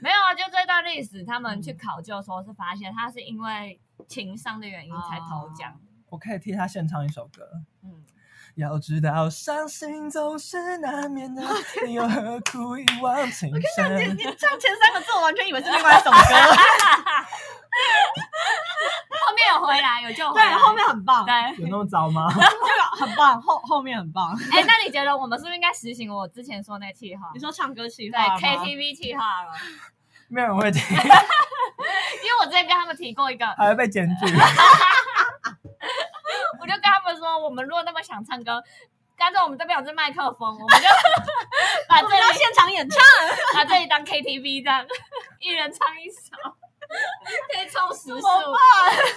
[SPEAKER 1] 没有啊，就这段历史他们去考究说是发现他是因为情商的原因才投江，
[SPEAKER 3] 哦
[SPEAKER 2] 我可以替他献唱一首歌。
[SPEAKER 1] 嗯，
[SPEAKER 2] 要知道，伤心总是难
[SPEAKER 1] [laughs]
[SPEAKER 2] 免的，你又何苦一往情
[SPEAKER 3] [laughs] 你
[SPEAKER 2] 深
[SPEAKER 3] 你？唱前三个字，我完全以为是另外一首歌。
[SPEAKER 1] 后面有回来有救回来，
[SPEAKER 3] [laughs] 对，后面很棒，
[SPEAKER 1] 对。
[SPEAKER 2] 有那么糟
[SPEAKER 1] [laughs]
[SPEAKER 2] 吗？
[SPEAKER 3] 这个很棒，后后面很棒。
[SPEAKER 1] 哎、那你觉得我们是不是应该实行我之前说那计划
[SPEAKER 3] 你？说唱歌企
[SPEAKER 1] 对
[SPEAKER 3] 划吗
[SPEAKER 1] KTV 计划了，
[SPEAKER 2] 没有人会听，
[SPEAKER 1] 因为我之前跟他们提过一个，
[SPEAKER 2] 还会被检
[SPEAKER 1] [laughs]
[SPEAKER 2] 举。
[SPEAKER 1] 我就跟他们说，我们如果那么想唱歌，干脆我们这边有支麦克风，我们
[SPEAKER 3] [laughs]
[SPEAKER 1] 就把
[SPEAKER 3] 我
[SPEAKER 1] 这
[SPEAKER 3] 们要
[SPEAKER 1] 里
[SPEAKER 3] 现场演唱，
[SPEAKER 1] 把这里当 KTV 这样，一人唱一首，可以凑时
[SPEAKER 3] 怎
[SPEAKER 1] 数
[SPEAKER 3] 么，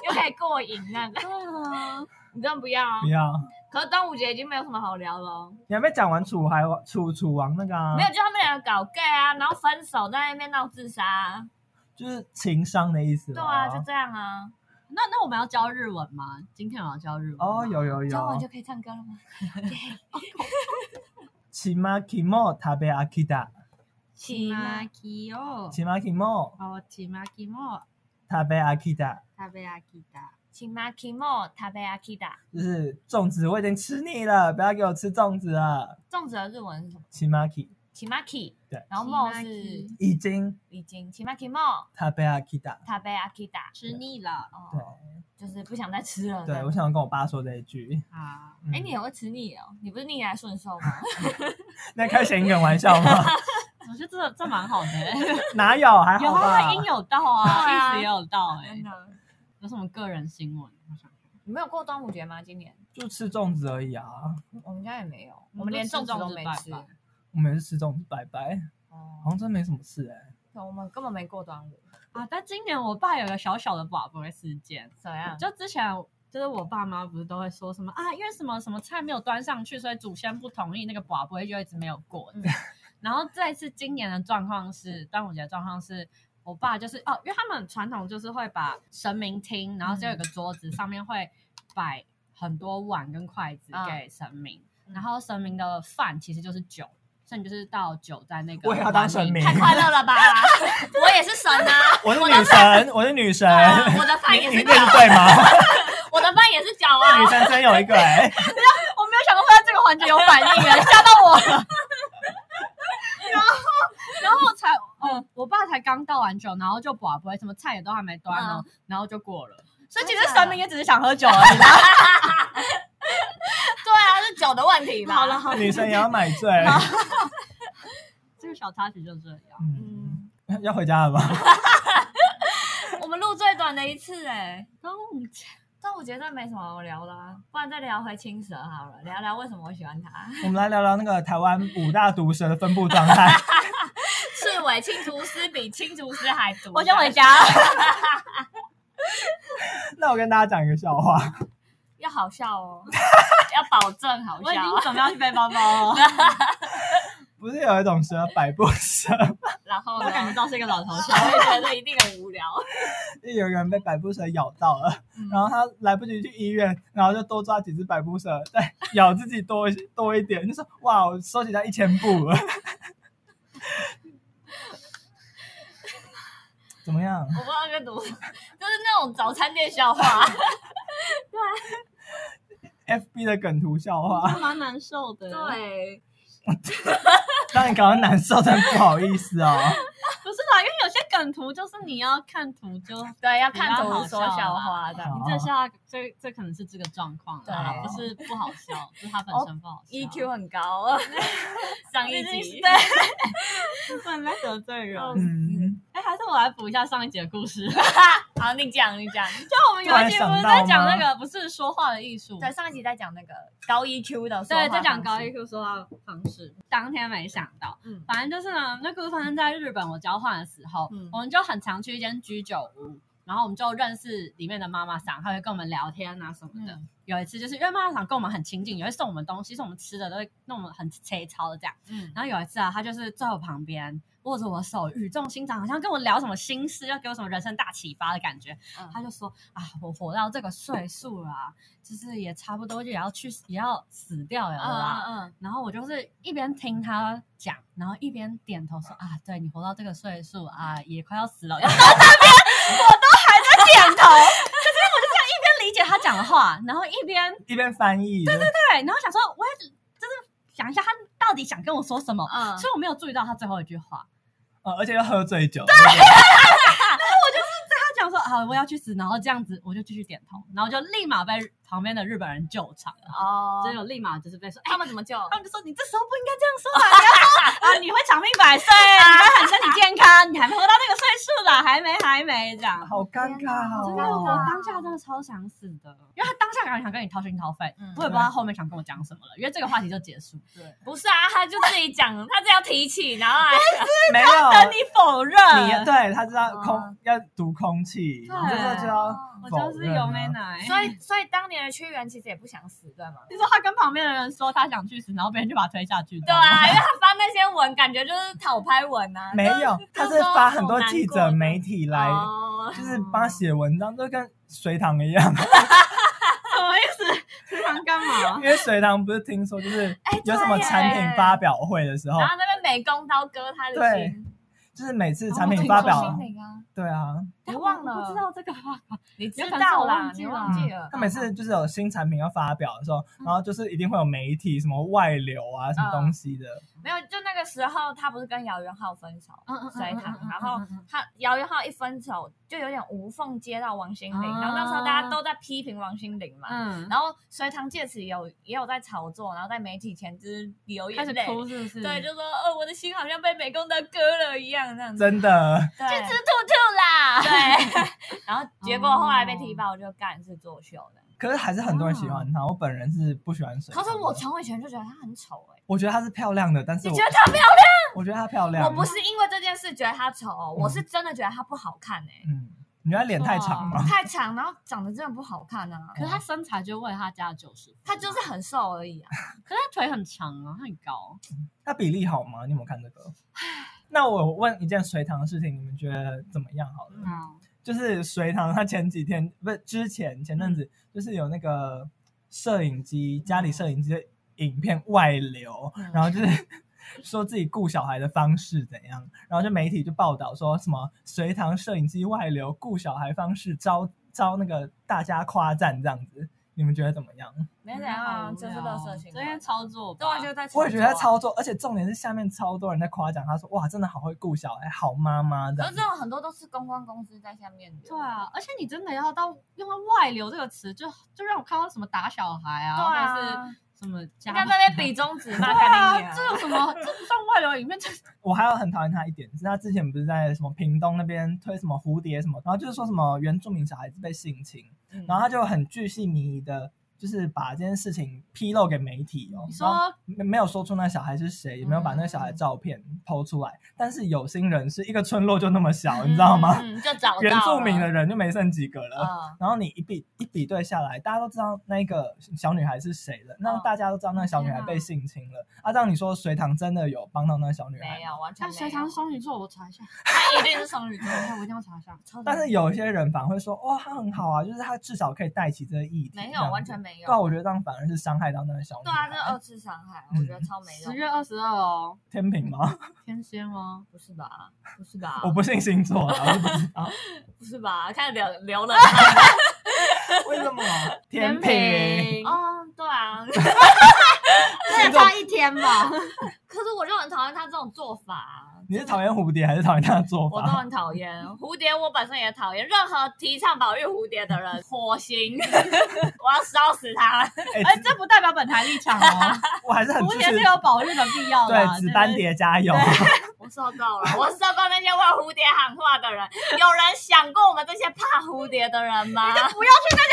[SPEAKER 1] 又可以过瘾那个。你真的不要啊
[SPEAKER 2] 不？要，
[SPEAKER 1] 可是端午节已经没有什么好聊了哦，
[SPEAKER 2] 你还没讲完楚还楚楚王那个啊
[SPEAKER 1] 没，有就他们两个搞 gay 啊，然后分手在那边闹自杀啊，
[SPEAKER 2] 就是情商的意思
[SPEAKER 1] 对
[SPEAKER 2] 咯。
[SPEAKER 1] 啊，就这样啊。
[SPEAKER 3] [laughs] 那那我们要教日文吗？今天我要教日文吗
[SPEAKER 2] 哦，有。有
[SPEAKER 1] 中午
[SPEAKER 2] 有
[SPEAKER 1] 就，可以唱歌了吗？
[SPEAKER 2] 奇马奇莫塔贝阿基达，
[SPEAKER 3] 奇
[SPEAKER 1] 吗
[SPEAKER 3] 马基 [laughs] 哦，
[SPEAKER 2] 奇马奇莫
[SPEAKER 3] 哦，奇马基莫，
[SPEAKER 2] 塔贝阿基达，
[SPEAKER 3] 食べ飽きた。
[SPEAKER 1] 请马奇莫塔贝阿基达。
[SPEAKER 2] 就是粽子，我已经吃腻了，不要给我吃粽子了。
[SPEAKER 1] 粽子的日文是什么？
[SPEAKER 2] 奇马奇
[SPEAKER 1] 奇马奇，
[SPEAKER 2] 对
[SPEAKER 1] 然后莫是
[SPEAKER 3] Chimaki
[SPEAKER 2] 已经
[SPEAKER 1] 已经奇马奇莫
[SPEAKER 2] 塔贝阿基达，
[SPEAKER 1] 塔贝阿基达，
[SPEAKER 3] 吃腻了
[SPEAKER 1] 哦，就是不想再吃了。
[SPEAKER 2] 对我想跟我爸说这一句。
[SPEAKER 3] 啊！
[SPEAKER 2] 嗯
[SPEAKER 1] 哎，你也会吃腻哦？你不是逆来顺受吗？
[SPEAKER 2] [laughs] 那开谐音梗玩笑
[SPEAKER 1] [laughs]
[SPEAKER 2] 吗？
[SPEAKER 3] 我觉得这这蛮好 [laughs] 的，欸
[SPEAKER 2] 哪有？还好
[SPEAKER 3] 有啊，
[SPEAKER 2] 吧
[SPEAKER 3] 应。有到
[SPEAKER 1] 对
[SPEAKER 3] 啊，
[SPEAKER 1] 啊
[SPEAKER 3] 意思也有到哎
[SPEAKER 1] [laughs] 真。的，
[SPEAKER 3] 有什么个人新闻？我想
[SPEAKER 1] 你没有过端午节吗？今年
[SPEAKER 2] 就吃粽子而已啊，
[SPEAKER 1] 我们家也没有，
[SPEAKER 3] 我们
[SPEAKER 1] 我们连
[SPEAKER 3] 都吃
[SPEAKER 1] 粽子
[SPEAKER 3] 粽
[SPEAKER 1] 都
[SPEAKER 3] 子
[SPEAKER 1] 没
[SPEAKER 3] 拜
[SPEAKER 1] 吃。
[SPEAKER 3] 拜
[SPEAKER 2] 我们也是吃粽子拜拜，好
[SPEAKER 1] 哦，
[SPEAKER 2] 像真没什么事
[SPEAKER 1] [laughs]
[SPEAKER 2] 哎、
[SPEAKER 1] 对我们根本没过端午，
[SPEAKER 3] 啊，但今年我爸有个小小的宝贝事件，
[SPEAKER 1] 怎样？
[SPEAKER 3] 就之前就是我爸妈不是都会说什么啊，因为什么什么菜没有端上去，所以祖先不同意，那个宝贝就一直没有过。
[SPEAKER 1] 嗯
[SPEAKER 2] [laughs]
[SPEAKER 3] 然后这一次今年的状况是，端午节的状况是。我爸就是哦，因为他们传统就是会把神明厅，然后就有个
[SPEAKER 2] 嗯
[SPEAKER 3] 桌子，上面会摆很多碗跟筷子
[SPEAKER 1] 嗯
[SPEAKER 3] 给神明，
[SPEAKER 1] 嗯
[SPEAKER 3] 然后神明的饭其实就是酒，所以你就是倒酒在那个
[SPEAKER 2] 我也要当
[SPEAKER 3] 碗里
[SPEAKER 2] 神明 [laughs]
[SPEAKER 1] 太快乐了 [laughs] 吧！我也是神啊，
[SPEAKER 2] 我是女神，我是女神，
[SPEAKER 1] [laughs] 啊我的饭也
[SPEAKER 2] 你
[SPEAKER 1] 是
[SPEAKER 2] 念
[SPEAKER 1] 脚
[SPEAKER 2] 是，对吗？
[SPEAKER 1] 我的饭也是脚啊
[SPEAKER 2] 女。生真有一个哎、
[SPEAKER 3] 我没有想过会在这个环节有反应哎，吓到我 [laughs] 了。然后，然后才，嗯，我爸才刚倒完酒，然后就寡不会什么菜也都还没端哦，然后就过了。所以其实神明也只是想喝酒而已啦。 [laughs]
[SPEAKER 1] 对啊，是酒的问题吧？
[SPEAKER 3] 好了好了
[SPEAKER 2] 女生也要买
[SPEAKER 1] [laughs]
[SPEAKER 2] 醉。
[SPEAKER 3] 这个小插曲就这样。
[SPEAKER 2] 嗯，
[SPEAKER 1] 嗯，
[SPEAKER 2] 要回家了吧？
[SPEAKER 1] [laughs] 我们录最短的一次哎、
[SPEAKER 3] 端午
[SPEAKER 1] 但我觉得没什么好聊的、啊，不然再聊回青蛇好了，聊聊为什么我喜欢它。
[SPEAKER 2] 我们来聊聊那个台湾五大毒蛇的分布状态。
[SPEAKER 1] [laughs] 刺猬青竹丝比青竹丝还毒，
[SPEAKER 3] 我先回，家。
[SPEAKER 2] 那我跟大家讲一个笑话，
[SPEAKER 1] 要好笑哦， [laughs] 要保证好
[SPEAKER 3] 我已
[SPEAKER 1] 笑
[SPEAKER 3] 经
[SPEAKER 1] 哦。
[SPEAKER 3] 准备要去背包包 [laughs] 了，
[SPEAKER 2] 不是有一种蛇百步蛇，
[SPEAKER 1] 然后
[SPEAKER 3] 我
[SPEAKER 1] 呢，
[SPEAKER 3] 感觉到是一个老头
[SPEAKER 1] 我
[SPEAKER 3] 笑。
[SPEAKER 1] 也觉得一定很无聊。
[SPEAKER 2] 就有一个人被百步蛇咬到了，
[SPEAKER 1] 嗯
[SPEAKER 2] 然后他来不及去医院，然后就多抓几只百步蛇，再咬自己多一多一点，就说哇，我收集到一千步了。 [laughs] 怎么样？
[SPEAKER 1] 我
[SPEAKER 3] [laughs]
[SPEAKER 1] 不知道该读，就是那种早餐店笑话。对啊，
[SPEAKER 2] FB 的梗图笑话，
[SPEAKER 4] 蛮难受的。，
[SPEAKER 1] 对，
[SPEAKER 2] 让你感到难受，真不好意思
[SPEAKER 3] [laughs]
[SPEAKER 2] 哦。
[SPEAKER 4] 不是啦，因为有些梗图就是你要看图就，你
[SPEAKER 1] 对，要
[SPEAKER 3] 比
[SPEAKER 1] 看
[SPEAKER 3] 较
[SPEAKER 1] 图
[SPEAKER 3] 好
[SPEAKER 1] 说
[SPEAKER 3] 笑
[SPEAKER 1] 笑啊
[SPEAKER 3] 啦
[SPEAKER 1] 话这样
[SPEAKER 2] 好
[SPEAKER 3] 这是他这这可能是这个状况啦，
[SPEAKER 1] 哦对啊
[SPEAKER 3] 不是不好笑，是他本身不好笑。 [laughs]
[SPEAKER 1] ，EQ E 很高。 [laughs] 上 [laughs] 一
[SPEAKER 3] 已
[SPEAKER 1] 集哦
[SPEAKER 3] 经
[SPEAKER 1] 对， [laughs]
[SPEAKER 4] 本来得罪人。
[SPEAKER 2] 嗯，
[SPEAKER 3] 哎，还是我来补一下上一集的故事。 [laughs]
[SPEAKER 1] 好，你讲你讲。
[SPEAKER 3] 就我们有一集
[SPEAKER 2] 突然
[SPEAKER 3] 不是
[SPEAKER 2] 想到
[SPEAKER 3] 在讲那
[SPEAKER 2] 吗
[SPEAKER 3] 个不是说话的艺术，
[SPEAKER 1] 对，上一集在讲那个高 EQ 的，
[SPEAKER 3] 对，在讲
[SPEAKER 1] E
[SPEAKER 3] 高 EQ 说话方式。当天没想到，
[SPEAKER 1] 嗯
[SPEAKER 3] 反正就是呢，那故事发生在日本我交换的时候，
[SPEAKER 1] 嗯
[SPEAKER 3] 我们就很常去一间居酒屋，然后我们就认识里面的妈妈桑，她会跟我们聊天啊什
[SPEAKER 1] 嗯
[SPEAKER 3] 么的。有一次就是因为妈妈桑跟我们很亲近，也会送我们东西，送我们吃的，都会弄我们很切超的这样。
[SPEAKER 1] 嗯，
[SPEAKER 3] 然后有一次啊，他就是坐我旁边，握着我的手，语重心长，好像跟我聊什么心事，要给我什么人生大启发的感觉。
[SPEAKER 1] 嗯
[SPEAKER 3] 他就说啊，我活到这个岁数了啊、就是也差不多就也要去也要死掉了啦。
[SPEAKER 1] 嗯
[SPEAKER 3] 然后我就是一边听他讲，然后一边点头说啊，对你活到这个岁数啊，也快要死了。然后到那边我都还在点头，就是我就这样一边理解他讲的话，然后一边
[SPEAKER 2] 一边翻译，对对对，
[SPEAKER 3] 对，然后想说我也就是想一下他到底想跟我说什么。
[SPEAKER 1] 嗯
[SPEAKER 3] 所以我没有注意到他最后一句话。
[SPEAKER 2] 哦而且又喝醉酒，对，
[SPEAKER 3] 他讲说啊，我要去死，然后这样子我就继续点头，然后就立马被旁边的日本人救场了，
[SPEAKER 1] 哦，
[SPEAKER 3] 所以我立马就是被说，哎、
[SPEAKER 1] 他们怎么救？
[SPEAKER 3] 他们就说你这时候不应该这样说吧，你要说啊，你会长命百岁，你会很身体健康，你还没活到那个岁数啦，还没还没这样。
[SPEAKER 2] 好尴
[SPEAKER 3] 真的，我
[SPEAKER 2] 尬哦。
[SPEAKER 3] 当下真的超想死的，因为他当下感觉想跟你掏心掏肺，
[SPEAKER 1] 嗯
[SPEAKER 3] 我也不知道他后面想跟我讲什么了，因为这个话题就结束。
[SPEAKER 1] [laughs] 不是啊，他就自己讲，他这样提起，然后还
[SPEAKER 2] 没有，
[SPEAKER 3] 但你否认，
[SPEAKER 2] 你对他知道
[SPEAKER 1] 哦
[SPEAKER 2] 空要读空气，
[SPEAKER 3] 对
[SPEAKER 2] 你这个就要
[SPEAKER 1] 嗯
[SPEAKER 3] 我
[SPEAKER 2] 否
[SPEAKER 3] 就是
[SPEAKER 2] 认
[SPEAKER 3] 有
[SPEAKER 2] 啊
[SPEAKER 3] 没奶，
[SPEAKER 1] 所以所以当年的屈原其实也不想死，对吗？
[SPEAKER 3] 你说他跟旁边的人说他想去死，然后别人就把他推下去。
[SPEAKER 1] 对啊，因为他发那些文，感觉就是讨拍文啊。
[SPEAKER 2] 没有，他是发很多记者媒体来，
[SPEAKER 1] 哦
[SPEAKER 2] 就是帮他写文章，就跟隋唐一样，
[SPEAKER 3] 什么意思？食堂干嘛？
[SPEAKER 2] 因为隋唐不是听说就是
[SPEAKER 1] 哦哎啊
[SPEAKER 2] 有什么产品发表会的时候
[SPEAKER 1] 然，后那边美工刀割他的
[SPEAKER 2] 对
[SPEAKER 1] 心，
[SPEAKER 2] 就是每次产品
[SPEAKER 3] 哦
[SPEAKER 2] 发
[SPEAKER 3] 我
[SPEAKER 2] 表
[SPEAKER 3] 听，
[SPEAKER 1] 灵啊，
[SPEAKER 2] 对啊，
[SPEAKER 1] 你忘了
[SPEAKER 3] 我不知道这个话，
[SPEAKER 1] 你知
[SPEAKER 3] 有可能是
[SPEAKER 1] 道
[SPEAKER 3] 我
[SPEAKER 1] 啦
[SPEAKER 3] 忘，记
[SPEAKER 1] 你
[SPEAKER 3] 了
[SPEAKER 1] 忘记了。
[SPEAKER 2] 他每次就是有新产品要发表的时候，
[SPEAKER 1] 嗯
[SPEAKER 2] 然后就是一定会有媒体什么外流啊什么东西的，
[SPEAKER 1] 没有，就那个时候他不是跟姚元浩分手，
[SPEAKER 3] 嗯嗯嗯
[SPEAKER 1] 隋唐
[SPEAKER 3] 嗯嗯嗯，
[SPEAKER 1] 然后
[SPEAKER 3] 嗯嗯
[SPEAKER 1] 他姚元浩一分手就有点无缝接到王心凌，
[SPEAKER 3] 啊
[SPEAKER 1] 然后那时候大家都在批评王心凌嘛。
[SPEAKER 3] 嗯，
[SPEAKER 1] 然后隋唐借此有也有在炒作，然后在媒体前就是流
[SPEAKER 3] 开
[SPEAKER 1] 眼
[SPEAKER 3] 始
[SPEAKER 1] 泪，
[SPEAKER 3] 哭是不是？
[SPEAKER 1] 对，就说呃我的心好像被美工刀割了一样那样子，
[SPEAKER 2] 真的，
[SPEAKER 1] 对
[SPEAKER 4] 去吃兔兔啦！
[SPEAKER 1] 对， [laughs] 然后结果后来被踢爆，就干是作秀的。
[SPEAKER 3] 哦
[SPEAKER 2] 可是还是很多人喜欢他，我本人是不喜欢隋
[SPEAKER 1] 可
[SPEAKER 2] 唐的。
[SPEAKER 1] 是嗯我从以前就觉得她很丑哎、
[SPEAKER 2] 我觉得她是漂亮的，但是
[SPEAKER 1] 你
[SPEAKER 2] 我
[SPEAKER 1] 觉得她漂
[SPEAKER 2] 我觉得她漂
[SPEAKER 1] 亮？
[SPEAKER 2] 亮，
[SPEAKER 1] 我不是因为这件事觉得她丑哦、我是
[SPEAKER 3] 嗯
[SPEAKER 1] 真的觉得她不好看哎、
[SPEAKER 2] 嗯，你觉得她脸太长
[SPEAKER 3] 嗯
[SPEAKER 2] 吗？
[SPEAKER 1] 太长，然后长得真的不好看啊。
[SPEAKER 3] 可是他身材就为他加九十，
[SPEAKER 1] 她就是很瘦而已啊。
[SPEAKER 3] 可是他腿很长啊，他很高。
[SPEAKER 2] 她比例好吗？你有没有看这个？那我问一件隋唐的事情，你们觉得怎么样？好了，
[SPEAKER 3] 嗯，
[SPEAKER 2] 就是隋唐他前几天不是之前前阵子就是有那个摄影机家里摄影机的影片外流，
[SPEAKER 1] 嗯
[SPEAKER 2] 然后就是说自己顾小孩的方式怎样，然后就媒体就报道说什么隋唐摄影机外流顾小孩方式招招那个大家夸赞这样子，你们觉得怎么样？
[SPEAKER 1] 没怎样啊，这是乐色新
[SPEAKER 3] 这些
[SPEAKER 1] 闻。
[SPEAKER 3] 操作吧，
[SPEAKER 1] 对啊，就在
[SPEAKER 2] 我也觉得他超作，而且重点是下面超多人在夸奖他说：“哇，真的好会顾小孩，好妈妈这
[SPEAKER 1] 可
[SPEAKER 2] 样
[SPEAKER 1] 是这。种很多都是公关公司在下面的。
[SPEAKER 3] 对啊，而且你真的要到用到“外流”这个词，就就让我看到什么打小孩啊，
[SPEAKER 1] 对
[SPEAKER 3] 或者
[SPEAKER 1] 啊，
[SPEAKER 3] 是什么
[SPEAKER 1] 你
[SPEAKER 3] 家
[SPEAKER 1] 看
[SPEAKER 3] 暴
[SPEAKER 1] 那边比中指嘛，
[SPEAKER 3] 对
[SPEAKER 1] 干
[SPEAKER 3] 啊
[SPEAKER 1] 你娘，
[SPEAKER 3] 这有什 [laughs] 么？这不算外流影片，这
[SPEAKER 2] 我还有很讨厌他一点是，他之前不是在什么屏东那边推什么蝴蝶什么，然后就是说什么原住民小孩子被性侵，
[SPEAKER 1] 嗯
[SPEAKER 2] 然后他就很巨细靡遗的，就是把这件事情披露给媒体哦。
[SPEAKER 3] 你
[SPEAKER 2] 然后
[SPEAKER 3] 说
[SPEAKER 2] 没没有说出那小孩是谁，也没有把那小
[SPEAKER 1] 嗯
[SPEAKER 2] 孩照片剖出来，但是有心人士一个村落就那么小，你知道吗？ [laughs]
[SPEAKER 1] 嗯，就找到了
[SPEAKER 2] 原住民的人就没剩几个了。
[SPEAKER 1] 嗯
[SPEAKER 2] 然后你一比一比对下来，大家都知道那个小女孩是谁了，那
[SPEAKER 1] 嗯
[SPEAKER 2] 大家都知道那个小女孩被性侵了。啊，让你说隋唐真的有帮到那个小女孩
[SPEAKER 1] 没
[SPEAKER 2] 吗？
[SPEAKER 1] 有，完全
[SPEAKER 3] 像
[SPEAKER 1] 没有。
[SPEAKER 3] 隋唐双鱼座，我哎查一下，
[SPEAKER 1] 他一定是双鱼座。
[SPEAKER 3] 等一下我一定要查一下。
[SPEAKER 2] 但是有一些人反而会说，哇、她很好啊，就是她至少可以带起这个议题。
[SPEAKER 1] 没
[SPEAKER 2] 这样
[SPEAKER 1] 有，
[SPEAKER 2] 子
[SPEAKER 1] 完全。没有。
[SPEAKER 2] 对啊，我觉得这样反而是伤害到那个小女
[SPEAKER 1] 对啊，
[SPEAKER 2] 孩。
[SPEAKER 1] 这二次伤害，我觉得超没
[SPEAKER 3] [laughs] 十
[SPEAKER 1] 用。
[SPEAKER 3] 月二十二哦，
[SPEAKER 2] 天平吗？
[SPEAKER 3] 天蝎吗？
[SPEAKER 1] 不是吧？不是吧？
[SPEAKER 2] 我不信星座啊，我是不知道
[SPEAKER 1] 不是 [laughs] 吧？开始聊聊了。
[SPEAKER 2] 为什么。
[SPEAKER 1] 哦，对啊，
[SPEAKER 2] 星
[SPEAKER 5] 再
[SPEAKER 2] 座
[SPEAKER 5] 差一天吧。
[SPEAKER 1] [laughs] 可是我就很讨厌他这种做法啊。
[SPEAKER 2] 你是讨厌蝴蝶还是讨厌他的做
[SPEAKER 1] 我都
[SPEAKER 2] 法？
[SPEAKER 1] 很讨厌蝴蝶，我本身也讨厌任何提倡保育蝴蝶的人，火星，我要烧死他！
[SPEAKER 2] 哎、
[SPEAKER 3] 哎，这不代表本台立场哦。
[SPEAKER 2] 我还是很
[SPEAKER 3] 蝴
[SPEAKER 2] 支
[SPEAKER 3] 蝶
[SPEAKER 2] 持
[SPEAKER 3] 是。有保育的必要的啊，
[SPEAKER 2] 对，紫斑
[SPEAKER 3] 就是
[SPEAKER 2] 蝶加
[SPEAKER 1] [laughs]
[SPEAKER 2] 油！
[SPEAKER 1] 我受够了，我受够那些为蝴蝶喊话的人。有人想过我们这些怕蝴蝶的人吗？
[SPEAKER 3] 那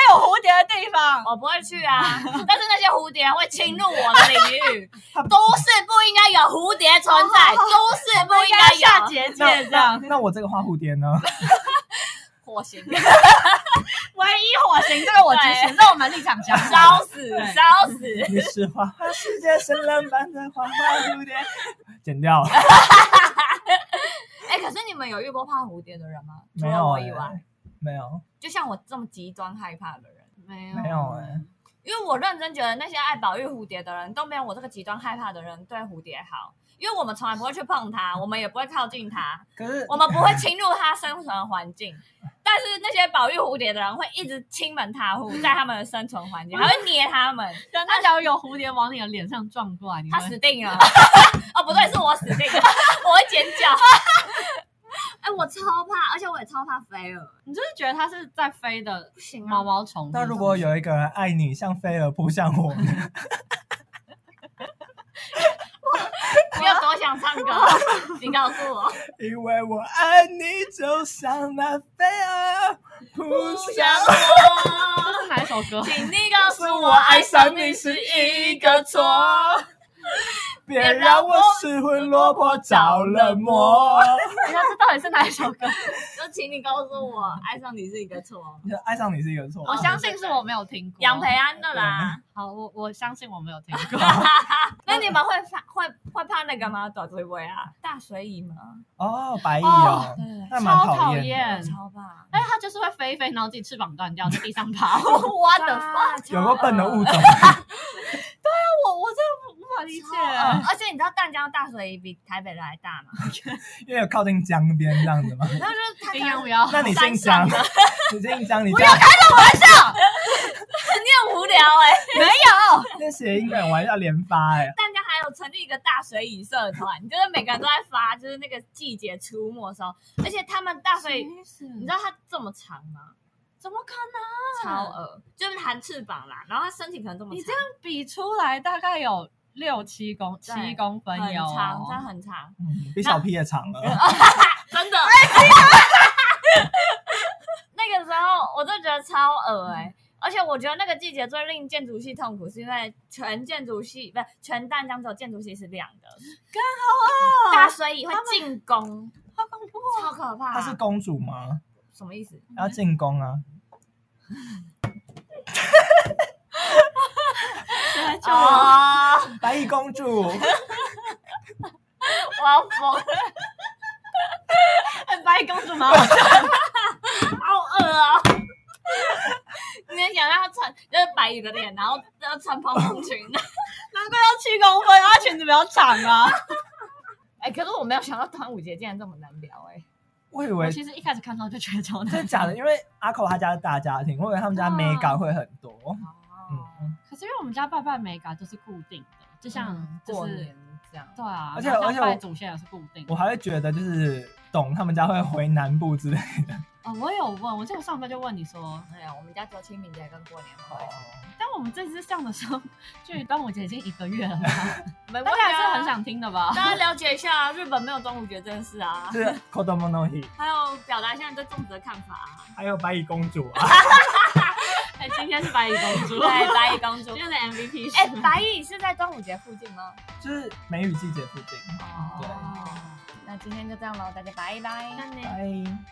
[SPEAKER 3] 有蝴蝶的地方，
[SPEAKER 1] 我不会去啊，但是那些蝴蝶会侵入我的领域
[SPEAKER 2] 它，
[SPEAKER 1] 都市不应该有蝴蝶存在，都市不应该
[SPEAKER 3] 下
[SPEAKER 1] 有
[SPEAKER 3] 结界
[SPEAKER 2] 那
[SPEAKER 3] 这
[SPEAKER 2] 那
[SPEAKER 3] 样，
[SPEAKER 2] 那我这个花蝴蝶呢？
[SPEAKER 1] 火星，
[SPEAKER 3] 唯一火星这个我支持，这我们立场相
[SPEAKER 1] 烧
[SPEAKER 3] 当。
[SPEAKER 1] 死
[SPEAKER 3] 对
[SPEAKER 1] 烧死。
[SPEAKER 2] [laughs] 你是花花世界绚烂般的花花蝴蝶， [laughs] 剪 [laughs] 掉。
[SPEAKER 1] 哎、可是你们有遇过怕蝴蝶的人吗？除
[SPEAKER 2] 没
[SPEAKER 1] 了
[SPEAKER 2] 有、
[SPEAKER 1] 我
[SPEAKER 2] 欸
[SPEAKER 1] 以外，，
[SPEAKER 2] 没有，
[SPEAKER 1] 就像我这么极端害怕的人，
[SPEAKER 3] 没
[SPEAKER 2] 没有哎、
[SPEAKER 1] 因为我认真觉得那些爱保育蝴蝶的人都没有我这个极端害怕的人对蝴蝶好，因为我们从来不会去碰它，我们也不会靠近它。
[SPEAKER 2] 可是
[SPEAKER 1] 我们不会侵入它生存的环境，但是那些保育蝴蝶的人会一直亲门踏户，在他们的生存环境，还会捏他们，
[SPEAKER 3] 但他假如有蝴蝶往你的脸上撞过来，你
[SPEAKER 1] 他
[SPEAKER 3] 会
[SPEAKER 1] 死定 [laughs] 了。哦，不对，是我死定了，我会尖叫。哎、我超怕，而且我也超怕飞蛾，
[SPEAKER 3] 你就是觉得它是在飞的
[SPEAKER 1] 不行
[SPEAKER 3] 毛
[SPEAKER 1] 啊！
[SPEAKER 3] 毛虫。
[SPEAKER 2] 那如果有一个人爱你，像飞蛾扑向我，
[SPEAKER 1] 你有多想唱歌？你告诉我，
[SPEAKER 2] 因为我爱你，就像那飞蛾扑向
[SPEAKER 1] 想我，
[SPEAKER 3] 这是哪一首歌？ [laughs]
[SPEAKER 1] 请你告诉我，爱上你是一个错。
[SPEAKER 2] 别让我失魂落魄着了 [laughs] 魔。
[SPEAKER 3] 等一下，这到底是哪一首歌？
[SPEAKER 1] 就请你告诉我，爱上你是一个错。
[SPEAKER 2] 你爱上你是一个错，
[SPEAKER 3] 我相信是我没有听过。
[SPEAKER 1] 杨培安的啦。
[SPEAKER 3] 好，我我相信我没有听过。 [laughs]
[SPEAKER 1] 那你们会怕会会怕那个吗？短腿尾啊，大水蚁吗？
[SPEAKER 2] 哦，白蚁哦，
[SPEAKER 1] 对对
[SPEAKER 2] 那蛮
[SPEAKER 3] 超讨
[SPEAKER 2] 厌的。
[SPEAKER 3] 厌
[SPEAKER 1] 对，超 [laughs] 怕。
[SPEAKER 3] 但是哎它就是会飞一飞，然后自己翅膀断掉，在地上爬。 [laughs]
[SPEAKER 1] 我
[SPEAKER 3] What
[SPEAKER 1] 的
[SPEAKER 3] the fuck？
[SPEAKER 1] 妈，
[SPEAKER 2] 有个笨的物种，
[SPEAKER 3] 我我真的无法理解。啊
[SPEAKER 1] 嗯而且你知道淡江大水蚁比台北的还大吗？
[SPEAKER 2] 因为有靠近江边这样子嘛。
[SPEAKER 1] 然后就是它
[SPEAKER 3] 营养
[SPEAKER 1] 可
[SPEAKER 3] 不
[SPEAKER 1] 能
[SPEAKER 3] 要，
[SPEAKER 2] 那你姓江， [laughs] 你姓江，
[SPEAKER 1] [laughs]
[SPEAKER 2] 你江，
[SPEAKER 1] 你很无聊 [laughs] 哎。
[SPEAKER 3] [laughs]
[SPEAKER 2] 那谐音梗玩要连发哎。
[SPEAKER 1] 淡江还有成立一个大水蚁社团，就是每个人都在发，就是那个季节出没的时候，而且他们大水蚁，你知道它这么长吗？
[SPEAKER 3] 怎么可能？
[SPEAKER 1] 超恶，就是含翅膀啦，然后它身体可能这么长，
[SPEAKER 3] 你这样比出来大概有六七公
[SPEAKER 1] 对
[SPEAKER 3] 七公分
[SPEAKER 1] 很
[SPEAKER 3] 有，哦
[SPEAKER 1] 长，真的很长，
[SPEAKER 2] 嗯，比小 P 也长了，啊
[SPEAKER 1] 真的。 [laughs] 那个时候我就觉得超恶哎、而且我觉得那个季节最令建筑系痛苦，是因为全建筑系不是全淡江只有建筑系是亮的，刚好大水蚁会进攻，
[SPEAKER 3] 好恐怖！
[SPEAKER 1] 超可怕、
[SPEAKER 2] 她是公主吗？
[SPEAKER 1] 什么意思？
[SPEAKER 2] 要进攻啊！
[SPEAKER 1] 哦，
[SPEAKER 2] 啊白蚁公主，
[SPEAKER 1] 我要疯了，
[SPEAKER 3] 哎白公主吗？
[SPEAKER 1] 好恶啊！你能想象他穿就是白蚁的脸，然后然后穿蓬蓬裙，
[SPEAKER 3] 难怪要七公分，她裙子比较长啊。
[SPEAKER 1] 哎、可是我没有想到端午节竟然这么难聊哎、
[SPEAKER 2] 我以
[SPEAKER 3] 我
[SPEAKER 2] 为
[SPEAKER 3] 其实一开始看到就觉得超
[SPEAKER 2] 真
[SPEAKER 3] 难
[SPEAKER 2] 的，假的，因为阿口他家是大家庭，我以为他们家
[SPEAKER 1] 哦
[SPEAKER 2] mega 会很多。嗯，
[SPEAKER 3] 可是因为我们家拜拜美感就是固定的，就像就
[SPEAKER 1] 嗯过
[SPEAKER 3] 是
[SPEAKER 1] 年这样。
[SPEAKER 3] 对啊，
[SPEAKER 2] 而且
[SPEAKER 3] 然后
[SPEAKER 2] 而且
[SPEAKER 3] 像
[SPEAKER 2] 我
[SPEAKER 3] 拜祖先也是固定的
[SPEAKER 2] 我。还会觉得就是懂他们家会回南部之类的。
[SPEAKER 3] 哦，我有问，我记得我上班就问你说，
[SPEAKER 1] 哎呀，我们家只有清明节跟过年会，
[SPEAKER 3] 但我们这次上的时候，距离端午节已经一个
[SPEAKER 1] [laughs]
[SPEAKER 3] 月了吧，
[SPEAKER 1] 没
[SPEAKER 3] 大
[SPEAKER 1] 关系
[SPEAKER 3] 家还
[SPEAKER 1] 啊
[SPEAKER 3] 是很想听的
[SPEAKER 1] [laughs]
[SPEAKER 3] 吧？
[SPEAKER 1] 大家了解一下啊日本没有端午节这件事啊
[SPEAKER 2] 就，是 Kodomonohi，
[SPEAKER 1] 还有表达一下你对粽子的看法啊。
[SPEAKER 2] 还有白蚁公主啊，
[SPEAKER 3] 哎，今天是白蚁公主，
[SPEAKER 1] 对，白蚁公主
[SPEAKER 3] 今。天的 MVP 是
[SPEAKER 1] [laughs] 哎，白蚁是在端午节附近吗？哦
[SPEAKER 2] 就是梅雨季节附近。
[SPEAKER 1] 哦，那今天就这样喽，大家拜拜。
[SPEAKER 2] 拜。